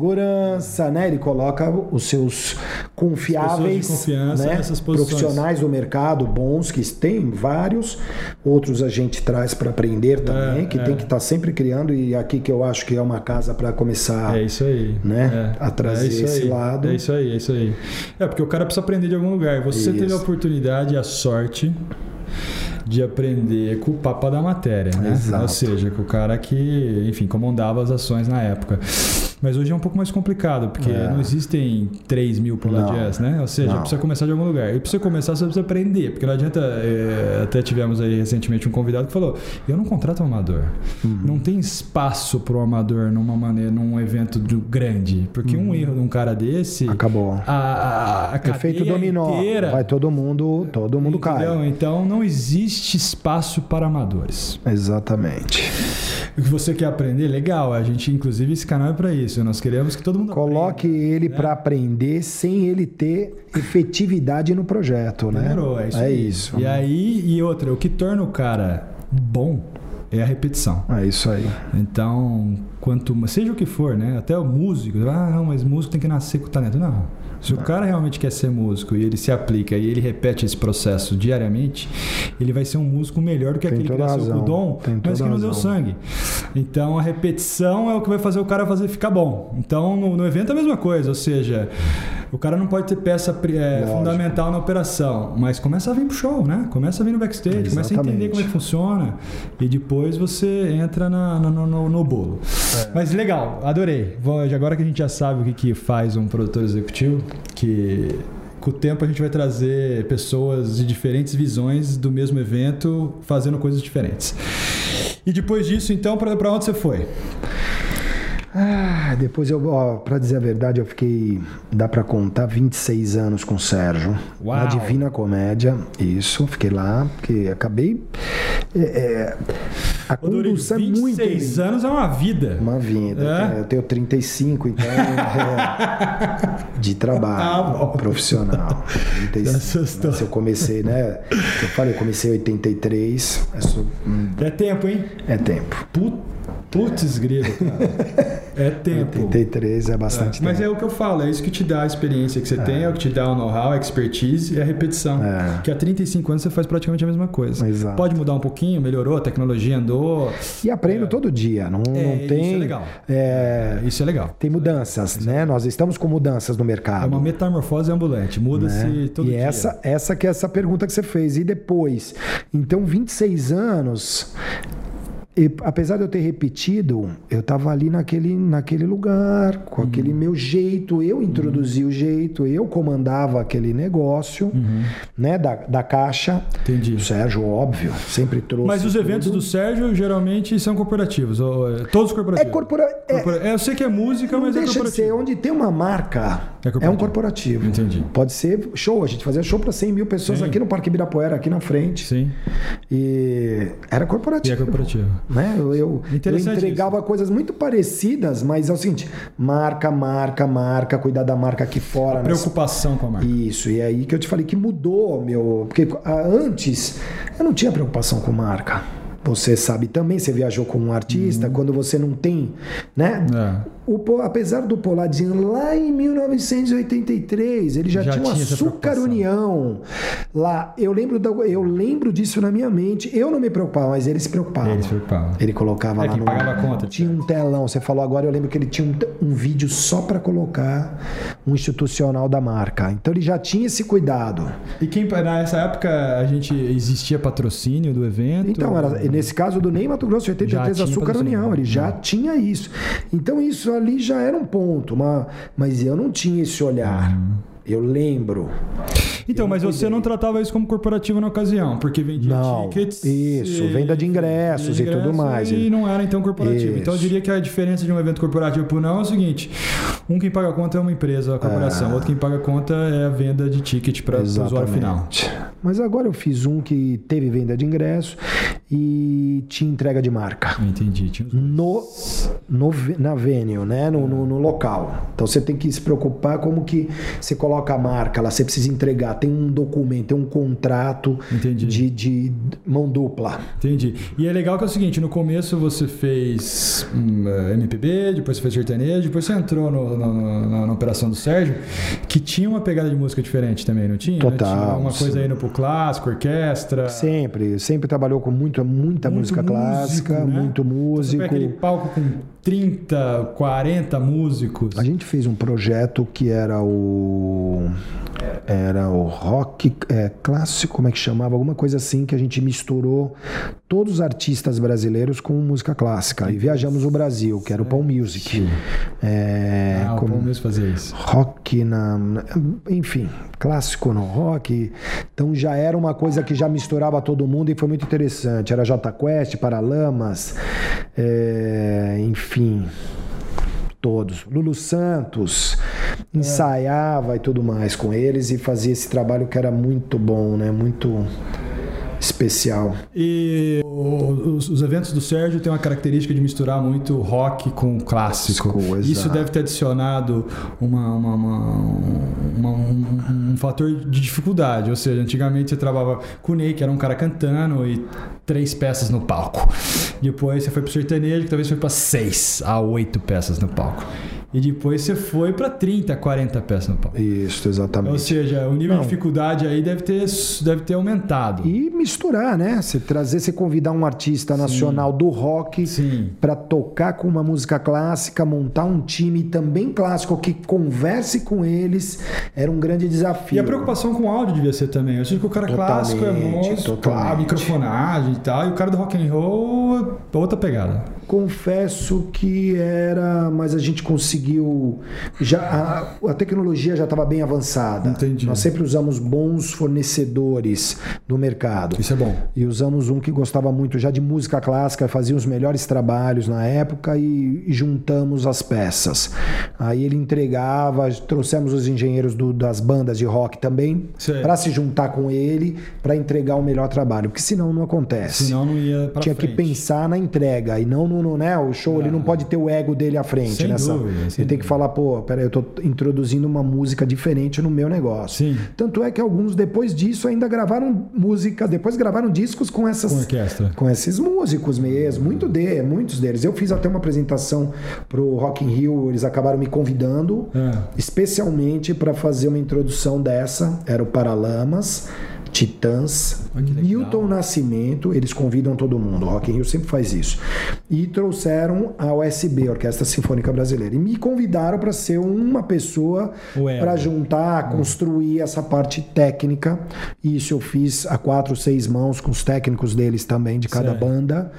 Speaker 2: segurança, né? Ele coloca os seus confiáveis,
Speaker 1: Pessoas de confiança
Speaker 2: né?
Speaker 1: nessas posições.
Speaker 2: profissionais do mercado bons que tem vários, outros a gente traz para aprender
Speaker 1: É,
Speaker 2: também, que tem que estar sempre criando e aqui que eu acho que é uma casa para começar.
Speaker 1: É isso aí.
Speaker 2: né?
Speaker 1: É.
Speaker 2: A trazer
Speaker 1: isso
Speaker 2: esse
Speaker 1: aí.
Speaker 2: lado.
Speaker 1: É isso aí, é isso aí. É, porque o cara precisa aprender de algum lugar. Você teve a
Speaker 2: Isso.
Speaker 1: oportunidade e a sorte de aprender com o papa da matéria, né?
Speaker 2: Exato.
Speaker 1: Ou seja, com o cara que, enfim, comandava as ações na época. Mas hoje é um pouco mais complicado, porque não existem 3 mil poladias, né? Ou seja,
Speaker 2: É. Não.
Speaker 1: precisa começar de algum lugar. E pra você começar, você precisa aprender, porque não adianta... é, até tivemos aí recentemente um convidado que falou, eu não contrato um amador.
Speaker 2: Uhum.
Speaker 1: Não tem espaço pro amador numa maneira, num evento do- grande. Porque
Speaker 2: Uhum.
Speaker 1: um erro de um cara desse...
Speaker 2: Acabou.
Speaker 1: A, a, a
Speaker 2: Efeito
Speaker 1: cadeia
Speaker 2: dominó.
Speaker 1: Inteira,
Speaker 2: Vai todo mundo, todo mundo
Speaker 1: entendeu?
Speaker 2: cai.
Speaker 1: Então não existe espaço para amadores.
Speaker 2: Exatamente.
Speaker 1: O que você quer aprender, legal. A gente, inclusive, esse canal é para isso. Nós queremos que todo mundo
Speaker 2: Coloque ele
Speaker 1: né?
Speaker 2: pra para aprender sem ele ter efetividade no projeto, né?
Speaker 1: aprenda. É isso. aí.
Speaker 2: isso.
Speaker 1: E aí, e outra, o que torna o cara bom é a repetição.
Speaker 2: É isso aí.
Speaker 1: Então, quanto ma- seja o que for, né? Até o músico, ah, não, mas músico tem que nascer com talento. Não. Se
Speaker 2: Tá.
Speaker 1: o cara realmente quer ser músico e ele se aplica e ele repete esse processo diariamente, ele vai ser um músico melhor do que
Speaker 2: Tem
Speaker 1: aquele que
Speaker 2: toda a
Speaker 1: nasceu com o
Speaker 2: razão.
Speaker 1: dom,
Speaker 2: Tem
Speaker 1: mas que
Speaker 2: toda a
Speaker 1: não deu
Speaker 2: razão.
Speaker 1: sangue. Então a repetição é o que vai fazer o cara fazer ficar bom. Então no, no evento é a mesma coisa, ou seja, O cara não pode ter peça é, fundamental na operação, mas começa a vir pro show, né? Começa a vir no backstage, Exatamente. começa a entender como é que funciona e depois você entra na, na, no, no, bolo. É. Mas legal, adorei. Agora que a gente já sabe o que, que faz um produtor executivo, que com o tempo a gente vai trazer pessoas de diferentes visões do mesmo evento fazendo coisas diferentes. E depois disso, então, para onde você foi?
Speaker 2: Ah, depois eu, ó, pra dizer a verdade, eu fiquei, dá pra contar, 26 anos com o Sérgio. Uau. Na Divina Comédia, isso, fiquei lá, porque acabei. É, é,
Speaker 1: a Ô, condução Dorinho, 26 é 26 anos é uma vida.
Speaker 2: Uma vida. É? Eu tenho 35, então. é, de
Speaker 1: Tá
Speaker 2: trabalho, ah, profissional. 35, mas eu comecei, né? Eu falei, eu comecei em 83. Sou,
Speaker 1: hum, é tempo, hein?
Speaker 2: É tempo.
Speaker 1: Puta. Putz, grilo, cara. É tempo.
Speaker 2: 83 é bastante
Speaker 1: é, Mas tempo. é o que eu falo, é isso que te dá a experiência que você é. tem, é o que te dá o know-how, a expertise e a repetição. É. Que há 35 anos você faz praticamente a mesma coisa.
Speaker 2: Exato.
Speaker 1: Pode mudar um pouquinho, melhorou, a tecnologia andou.
Speaker 2: E aprendo todo dia, não, não tem.
Speaker 1: Isso é legal. isso é legal.
Speaker 2: Tem mudanças, né? Nós estamos com mudanças no mercado. É
Speaker 1: uma metamorfose ambulante, muda-se né? todo
Speaker 2: e
Speaker 1: dia.
Speaker 2: E essa, essa que é essa pergunta que você fez. E depois? Então, 26 anos. E, apesar de eu ter repetido, eu estava ali naquele, naquele lugar, com uhum. aquele meu jeito, eu introduzi uhum. o jeito, eu comandava aquele negócio, uhum. né, da, da caixa.
Speaker 1: Entendi.
Speaker 2: O Sérgio, óbvio, sempre trouxe.
Speaker 1: Mas os tudo. eventos do Sérgio geralmente são corporativos, ou, todos corporativos.
Speaker 2: É corpora...
Speaker 1: É... eu sei que é música, mas
Speaker 2: deixa
Speaker 1: é corporativo.
Speaker 2: De ser, onde tem uma marca, é, é, um corporativo.
Speaker 1: Entendi.
Speaker 2: Pode ser show, a gente fazia show para 100 mil pessoas Sim. aqui no Parque Ibirapuera, aqui na frente.
Speaker 1: Sim.
Speaker 2: E era
Speaker 1: E
Speaker 2: corporativo.
Speaker 1: é corporativo.
Speaker 2: Né? Eu, eu, eu, entregava isso. coisas muito parecidas, mas é o seguinte: marca, marca, marca, cuidar da marca aqui fora. A
Speaker 1: preocupação
Speaker 2: mas...
Speaker 1: com a marca.
Speaker 2: Isso, e é aí que eu te falei que mudou, meu. Porque ah, antes eu não tinha preocupação com marca. Você sabe também, você viajou com um artista, uhum. quando você não tem, né? É. O, apesar do Poladinho, lá em 1983, ele já, já tinha um açúcar união. Lá, eu lembro, da, eu lembro disso na minha mente. Eu não me preocupava, mas ele se preocupava.
Speaker 1: Ele se preocupava.
Speaker 2: Ele colocava
Speaker 1: é,
Speaker 2: lá. Quem
Speaker 1: no, pagava a conta.
Speaker 2: Tinha um telão, você falou agora, eu lembro que ele tinha um, um vídeo só para colocar um institucional da marca. Então ele já tinha esse cuidado.
Speaker 1: E quem, nessa época, a gente existia patrocínio do evento?
Speaker 2: Então, era, nesse caso do Ney Mato Grosso, 83 Açúcar União, ele já é. tinha isso. Então isso ali já era um ponto, uma, mas eu não tinha esse olhar. Uhum. Eu lembro.
Speaker 1: Então, eu mas você não tratava isso como corporativo na ocasião, porque vendia
Speaker 2: não,
Speaker 1: tickets.
Speaker 2: Isso, e... venda de ingressos, de ingressos e tudo mais.
Speaker 1: E não era então corporativo. Isso. Então eu diria que a diferença de um evento corporativo para não é o seguinte: um quem paga a conta é uma empresa, a
Speaker 2: Ah.
Speaker 1: corporação, é. outro quem paga a conta é a venda de ticket para o usuário final.
Speaker 2: Mas agora eu fiz um que teve venda de ingresso e tinha entrega de marca.
Speaker 1: Entendi. Tinha...
Speaker 2: No, no, na venue, né? No, no, no, local. Então você tem que se preocupar como que você coloca a marca lá, você precisa entregar. Tem um documento, tem um contrato
Speaker 1: Entendi.
Speaker 2: De, de mão dupla.
Speaker 1: Entendi. E é legal que é o seguinte: no começo você fez hum, é, MPB, depois você fez sertanejo, depois você entrou no, no, na, na, operação do Sérgio, que tinha uma pegada de música diferente também, não tinha?
Speaker 2: Total.
Speaker 1: Né? Tinha uma coisa indo pro clássico, orquestra.
Speaker 2: Sempre, sempre trabalhou com muito muita, muita música músico, clássica, né? muito músico. Então,
Speaker 1: aquele palco com 30, 40 músicos.
Speaker 2: A gente fez um projeto que era o. Era o rock é, clássico, como é que chamava? Alguma coisa assim que a gente misturou todos os artistas brasileiros com música clássica. E viajamos o Brasil, que era o Palm Music.
Speaker 1: É, ah, como, o Palm Music fazia isso.
Speaker 2: Rock na. Enfim, clássico no rock. Então já era uma coisa que já misturava todo mundo e foi muito interessante era J Quest, Paralamas, é, enfim, todos. Lulu Santos ensaiava é. e tudo mais com eles e fazia esse trabalho que era muito bom, né? Muito especial.
Speaker 1: E os, os, eventos do Sérgio têm uma característica de misturar muito rock com clássico. clássico Isso deve ter adicionado uma, uma, uma, um, um, fator de dificuldade. Ou seja, antigamente você trabalhava com o Ney, que era um cara cantando e três peças no palco. Depois você foi pro sertanejo, que talvez foi para seis a oito peças no palco. E depois você foi para 30, 40 peças no palco.
Speaker 2: Isso, exatamente.
Speaker 1: Ou seja, É o nível
Speaker 2: Não.
Speaker 1: de dificuldade aí deve ter, deve ter aumentado.
Speaker 2: E misturar, né? Você trazer, você convidar um artista nacional do rock
Speaker 1: Sim.
Speaker 2: para tocar com uma música clássica, montar um time também clássico que converse com eles, era um grande desafio.
Speaker 1: E a preocupação com o áudio devia ser também. Eu acho que o cara clássico é
Speaker 2: Totalmente,
Speaker 1: monstro,
Speaker 2: totalmente.
Speaker 1: claro, microfonagem e tal, e o cara do rock and roll, é outra pegada.
Speaker 2: Confesso que era, mas a gente conseguiu. Já, a, a tecnologia já estava bem avançada.
Speaker 1: Entendi.
Speaker 2: Nós sempre usamos bons fornecedores do mercado.
Speaker 1: Isso é bom.
Speaker 2: E usamos um que gostava muito já de música clássica, fazia os melhores trabalhos na época e e juntamos as peças. Aí ele entregava, trouxemos os engenheiros do- das bandas de rock também
Speaker 1: Sei.
Speaker 2: para se juntar com ele para entregar o melhor trabalho, porque senão não acontece.
Speaker 1: Senão não ia pra
Speaker 2: Tinha
Speaker 1: frente.
Speaker 2: que pensar na entrega e não no, no- né, o show, ele não pode ter o ego dele à frente
Speaker 1: Sem
Speaker 2: nessa.
Speaker 1: dúvida, sem
Speaker 2: ele tem
Speaker 1: dúvida.
Speaker 2: que falar, pô, peraí, eu tô introduzindo uma música diferente no meu negócio.
Speaker 1: Sim.
Speaker 2: Tanto é que alguns depois disso ainda gravaram música, depois gravaram discos com essas
Speaker 1: Com orquestra.
Speaker 2: com esses músicos mesmo, muito de, muitos deles. Eu fiz até uma apresentação pro Rock in Rio, eles acabaram me convidando,
Speaker 1: É.
Speaker 2: especialmente para fazer uma introdução dessa, era o Paralamas. Titãs,
Speaker 1: Olha que legal.
Speaker 2: Milton Nascimento, eles convidam todo mundo. O Rock in Rio sempre faz isso. E trouxeram a OSB, a Orquestra Sinfônica Brasileira, e me convidaram para ser uma pessoa
Speaker 1: O elo.
Speaker 2: para
Speaker 1: É.
Speaker 2: juntar, construir essa parte técnica. E Isso eu fiz a quatro, seis mãos com os técnicos deles também, de cada
Speaker 1: Certo.
Speaker 2: banda.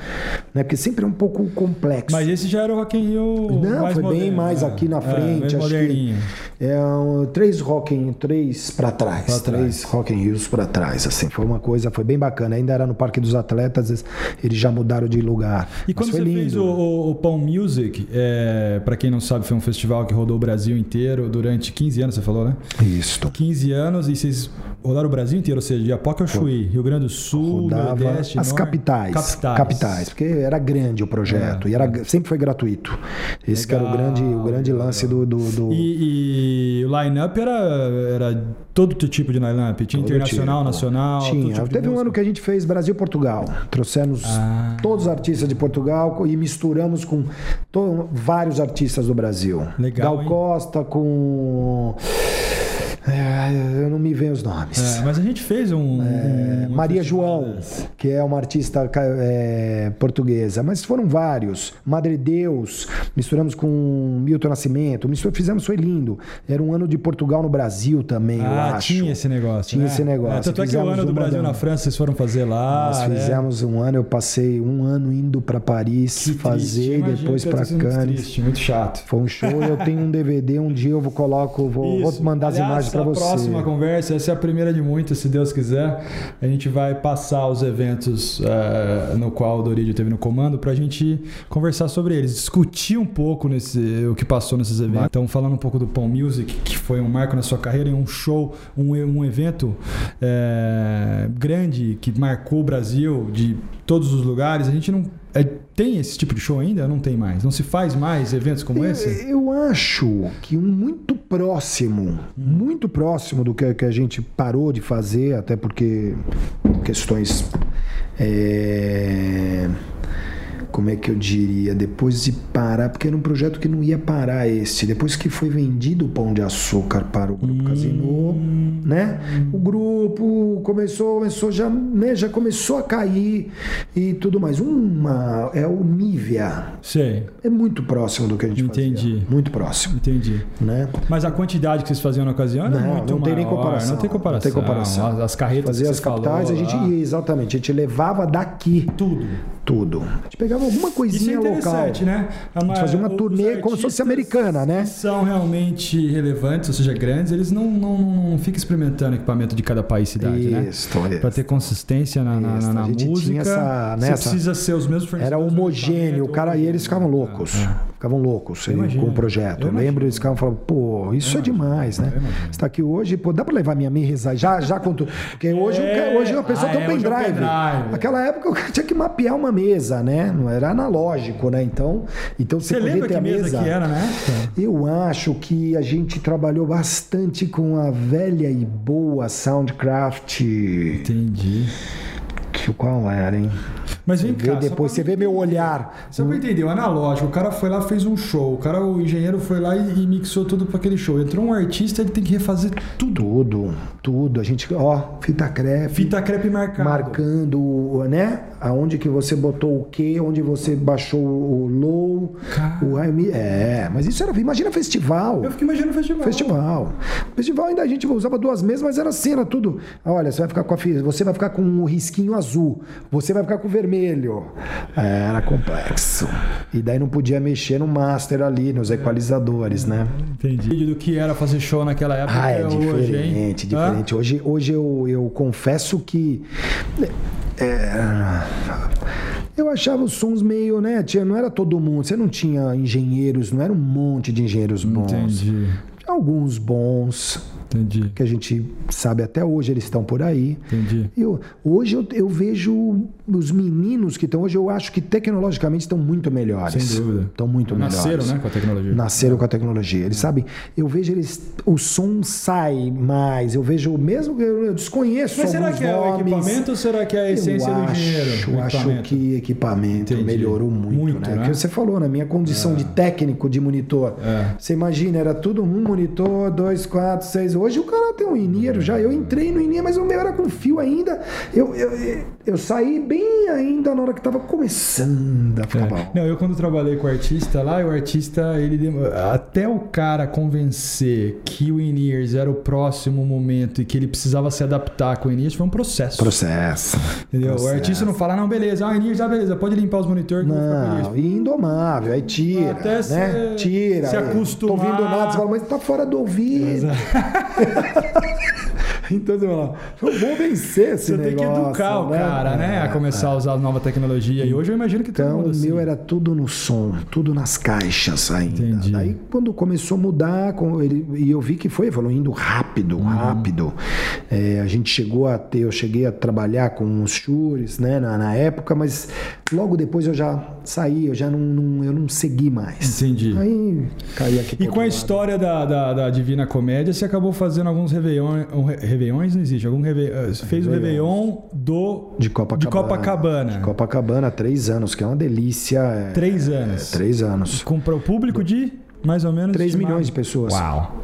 Speaker 2: Né? Porque sempre é um pouco complexo.
Speaker 1: Mas esse já era o Rock in Rio
Speaker 2: Não,
Speaker 1: mais
Speaker 2: foi bem
Speaker 1: moderno,
Speaker 2: mais
Speaker 1: né?
Speaker 2: aqui na
Speaker 1: É,
Speaker 2: frente.
Speaker 1: bem
Speaker 2: acho
Speaker 1: moderninho.
Speaker 2: que é um, três rock in, três para trás,
Speaker 1: Pra trás.
Speaker 2: três rock in rios para trás. Assim, foi uma coisa, foi bem bacana. Ainda era no Parque dos Atletas, eles já mudaram de lugar.
Speaker 1: E
Speaker 2: Mas
Speaker 1: quando você
Speaker 2: foi
Speaker 1: fez
Speaker 2: lindo.
Speaker 1: o, o, o Pão Music, é, para quem não sabe, foi um festival que rodou o Brasil inteiro durante 15 anos, você falou, né?
Speaker 2: Isto.
Speaker 1: 15 anos e vocês rodaram o Brasil inteiro, ou seja, de Apoca ao Chuí, Rio Grande do Sul,
Speaker 2: rodava
Speaker 1: Nordeste,
Speaker 2: as
Speaker 1: Norte.
Speaker 2: capitais,
Speaker 1: capitais.
Speaker 2: capitais. porque era grande o projeto
Speaker 1: É.
Speaker 2: e era, sempre foi gratuito. Esse que era o
Speaker 1: Legal,
Speaker 2: grande, o grande lance do, do, do-
Speaker 1: E, e o line-up era, era todo tipo de line-up. Tinha
Speaker 2: Todo
Speaker 1: internacional,
Speaker 2: tipo.
Speaker 1: nacional. todo
Speaker 2: Tinha.
Speaker 1: tipo de
Speaker 2: Teve um
Speaker 1: música.
Speaker 2: ano que a gente fez Brasil-Portugal. Trouxemos
Speaker 1: Ah.
Speaker 2: todos os artistas de Portugal e misturamos com to- vários artistas do Brasil.
Speaker 1: Legal,
Speaker 2: Gal
Speaker 1: hein?
Speaker 2: Costa com. É, eu não me venho os nomes.
Speaker 1: É, mas a gente fez um. um- um
Speaker 2: É, Maria
Speaker 1: festival
Speaker 2: João,
Speaker 1: desse.
Speaker 2: que é uma artista ca- é, portuguesa, mas foram vários. Madre Deus, misturamos com Milton Nascimento, mistur- fizemos foi lindo. Era um ano de Portugal no Brasil também, eu
Speaker 1: Ah,
Speaker 2: acho.
Speaker 1: tinha esse negócio.
Speaker 2: Tinha
Speaker 1: né?
Speaker 2: esse negócio.
Speaker 1: É, tanto é que o
Speaker 2: Fizemos
Speaker 1: ano do
Speaker 2: uma
Speaker 1: Brasil
Speaker 2: da-
Speaker 1: na França vocês foram fazer lá.
Speaker 2: Nós
Speaker 1: né?
Speaker 2: fizemos um ano, eu passei um ano indo para Paris
Speaker 1: Que triste,
Speaker 2: fazer,
Speaker 1: imagina,
Speaker 2: depois
Speaker 1: deve
Speaker 2: para
Speaker 1: ter sido muito
Speaker 2: Cannes.
Speaker 1: triste, muito chato.
Speaker 2: Foi um show, eu tenho um DVD, um dia eu vou coloco, vou, vou
Speaker 1: Isso.
Speaker 2: mandar as
Speaker 1: Aliás,
Speaker 2: imagens para
Speaker 1: na
Speaker 2: você.
Speaker 1: próxima conversa, essa é a primeira de muitas, se Deus quiser. A gente vai passar os eventos eh, no qual o Dorídio teve no comando pra gente conversar sobre eles, discutir um pouco nesse, o que passou nesses eventos. Então, falando um pouco do Pão Music, que foi um marco na sua carreira e um show, um, e- um evento eh, grande que marcou o Brasil de todos os lugares. A gente não. eh, tem esse tipo de show ainda? Não tem mais. Não se faz mais eventos como esse?
Speaker 2: Eu, eu acho que um muito próximo, muito próximo do que, que a gente parou de fazer, até porque questões. é, como é que eu diria? Depois de parar, porque era um projeto que não ia parar esse. Depois que foi vendido o Pão de Açúcar para o Grupo Casino,
Speaker 1: Hum.
Speaker 2: né? O grupo começou, começou já, né, já começou a cair e tudo mais. Uma é o Nivea,
Speaker 1: Sei,
Speaker 2: é muito próximo do que a gente
Speaker 1: Entendi.
Speaker 2: fazia. Muito próximo,
Speaker 1: entendi.
Speaker 2: né?
Speaker 1: Mas a quantidade que vocês faziam na ocasião era
Speaker 2: Não,
Speaker 1: muito
Speaker 2: não tem nem
Speaker 1: maior,
Speaker 2: comparação.
Speaker 1: Não tem comparação.
Speaker 2: Não tem comparação.
Speaker 1: As, as carretas
Speaker 2: Fazia
Speaker 1: que
Speaker 2: as
Speaker 1: você falou ah.
Speaker 2: capitais, a gente
Speaker 1: lá,
Speaker 2: ia, exatamente, a gente levava daqui
Speaker 1: tudo.
Speaker 2: tudo. A gente pegava
Speaker 1: Isso
Speaker 2: alguma
Speaker 1: é
Speaker 2: coisinha local.
Speaker 1: interessante, né? A,
Speaker 2: A gente fazia uma turnê como se fosse americana, né?
Speaker 1: São realmente relevantes, ou seja, grandes. Eles não, não, não ficam experimentando equipamento de cada país e cidade, né?
Speaker 2: Isso, isso.
Speaker 1: Pra ter consistência na, na, na,
Speaker 2: Isso, a
Speaker 1: na
Speaker 2: gente tinha
Speaker 1: música,
Speaker 2: essa-
Speaker 1: você
Speaker 2: nessa-
Speaker 1: precisa ser os mesmos
Speaker 2: Era
Speaker 1: fornecedores do
Speaker 2: homogêneo,
Speaker 1: equipamento,
Speaker 2: o cara e eles ficavam
Speaker 1: homogêneo.
Speaker 2: loucos.
Speaker 1: É, é.
Speaker 2: Ficavam loucos
Speaker 1: Eu
Speaker 2: eh,
Speaker 1: imagino.
Speaker 2: com o projeto.
Speaker 1: Eu
Speaker 2: Eu,
Speaker 1: imagino.
Speaker 2: lembro, eles ficavam falando, pô, isso é demais, né? Está aqui hoje, pô, dá pra levar minha mirresa já, já conto. Porque hoje,
Speaker 1: É.
Speaker 2: o cara- hoje a pessoa
Speaker 1: Ah,
Speaker 2: tem
Speaker 1: é,
Speaker 2: um
Speaker 1: hoje é um
Speaker 2: pendrive.
Speaker 1: pendrive.
Speaker 2: Naquela época o cara tinha que mapear uma mesa, né? Não era analógico, né? Então, então você,
Speaker 1: Você
Speaker 2: podia
Speaker 1: lembra
Speaker 2: ter
Speaker 1: que
Speaker 2: a
Speaker 1: mesa
Speaker 2: mesa. Tá.
Speaker 1: que era né? na época?
Speaker 2: Eu acho que a gente trabalhou bastante com a velha e boa Soundcraft.
Speaker 1: Entendi.
Speaker 2: Que, qual era, hein?
Speaker 1: Mas vem
Speaker 2: Vê
Speaker 1: cá. só
Speaker 2: depois,
Speaker 1: pra
Speaker 2: você
Speaker 1: mim-
Speaker 2: vê meu olhar.
Speaker 1: Só pra entender, o analógico, o cara foi lá, fez um show, o cara, o engenheiro foi lá e, e mixou tudo pra aquele show. Entrou um artista, ele tem que refazer tudo.
Speaker 2: Tudo, tudo. A gente, ó, fita crepe.
Speaker 1: Fita crepe marcada.
Speaker 2: marcando, né? Aonde que você botou o quê, onde você baixou o low,
Speaker 1: Cara.
Speaker 2: o high, mi- é, mas isso era, imagina festival.
Speaker 1: Eu fico imaginando o festival.
Speaker 2: Festival. Festival ainda a gente usava duas mesas, mas era assim, era tudo. Olha, você vai ficar com a fi- você vai ficar com um risquinho azul, você vai ficar com o vermelho. É, Era complexo. E daí não podia mexer no master ali, nos equalizadores, né?
Speaker 1: Entendi. Do que era fazer show naquela época
Speaker 2: Ah, é
Speaker 1: até hoje, hein?
Speaker 2: diferente,
Speaker 1: Hã?
Speaker 2: diferente. Hoje, hoje eu, eu confesso que. é, eu achava os sons meio, né? Tinha, não era todo mundo. Você não tinha engenheiros, não era um monte de engenheiros bons.
Speaker 1: Entendi,
Speaker 2: Alguns bons,
Speaker 1: entendi,
Speaker 2: que a gente sabe até hoje, eles estão por aí.
Speaker 1: entendi.
Speaker 2: Eu, hoje eu, eu vejo os meninos que estão hoje, eu acho que tecnologicamente estão muito melhores.
Speaker 1: Sem dúvida.
Speaker 2: Estão muito
Speaker 1: Nasceram,
Speaker 2: melhores
Speaker 1: né, com a tecnologia. É.
Speaker 2: nasceram com a tecnologia. Eles sabem, eu vejo eles, o som sai mais, eu vejo mesmo que eu, eu desconheço
Speaker 1: Mas será
Speaker 2: alguns
Speaker 1: que é o
Speaker 2: nomes.
Speaker 1: equipamento ou será que é a essência
Speaker 2: eu
Speaker 1: do engenheiro?
Speaker 2: acho,
Speaker 1: O
Speaker 2: acho
Speaker 1: equipamento.
Speaker 2: que equipamento
Speaker 1: Entendi.
Speaker 2: melhorou muito,
Speaker 1: Muito, né?
Speaker 2: né? Porque você falou, na minha condição de técnico de monitor,
Speaker 1: É.
Speaker 2: você imagina, era tudo um monitor, dois, quatro, seis. Hoje o cara tem um INIR já. Eu entrei no INIR, mas o meu era com fio ainda. Eu, eu, eu, eu saí bem ainda na hora que tava começando a ficar
Speaker 1: É.
Speaker 2: Tá bom.
Speaker 1: Não, eu quando trabalhei com o artista lá, o artista, ele demo- até o cara convencer que o in-ears era o próximo momento e que ele precisava se adaptar com o in-ears, foi um processo.
Speaker 2: Processo.
Speaker 1: entendeu? O
Speaker 2: Processo.
Speaker 1: artista não fala, não, beleza, ah, in-ears, ah, beleza, pode limpar os monitores que eu vou ficar com
Speaker 2: Não,
Speaker 1: in-ears.
Speaker 2: e indomável, aí tira,
Speaker 1: Até
Speaker 2: né?
Speaker 1: se-
Speaker 2: tira.
Speaker 1: se
Speaker 2: aí,
Speaker 1: acostumar.
Speaker 2: Tô ouvindo nada, você fala, mas tá fora do ouvido. então você fala, eu vou vencer esse
Speaker 1: Você tem
Speaker 2: negócio.
Speaker 1: que educar o cara, né? A começar a usar nova tecnologia. E hoje eu imagino que todo
Speaker 2: Então,
Speaker 1: mundo
Speaker 2: o
Speaker 1: assim.
Speaker 2: meu era tudo no som, tudo nas caixas ainda.
Speaker 1: Entendi.
Speaker 2: Daí, quando começou a mudar, com ele, e eu vi que foi evoluindo rápido,
Speaker 1: Uhum.
Speaker 2: rápido. É, a gente chegou a ter, eu cheguei a trabalhar com os Shures, né, na, na época, mas logo depois eu já saí, eu já não, não- eu não segui mais.
Speaker 1: Entendi.
Speaker 2: Aí caí aqui. pro
Speaker 1: E com a
Speaker 2: outro lado.
Speaker 1: história da, da, da Divina Comédia, você acabou fazendo alguns réveillon, um, re- réveillões, não existe? Algum réveil, eh, você fez o réveillon do...
Speaker 2: De Copacabana.
Speaker 1: De Copacabana.
Speaker 2: De Copacabana, há três anos, que é uma delícia. é-
Speaker 1: Três
Speaker 2: é,
Speaker 1: anos.
Speaker 2: três anos.
Speaker 1: Com para o público de mais ou menos...
Speaker 2: 3
Speaker 1: estimado.
Speaker 2: milhões de pessoas.
Speaker 1: Uau.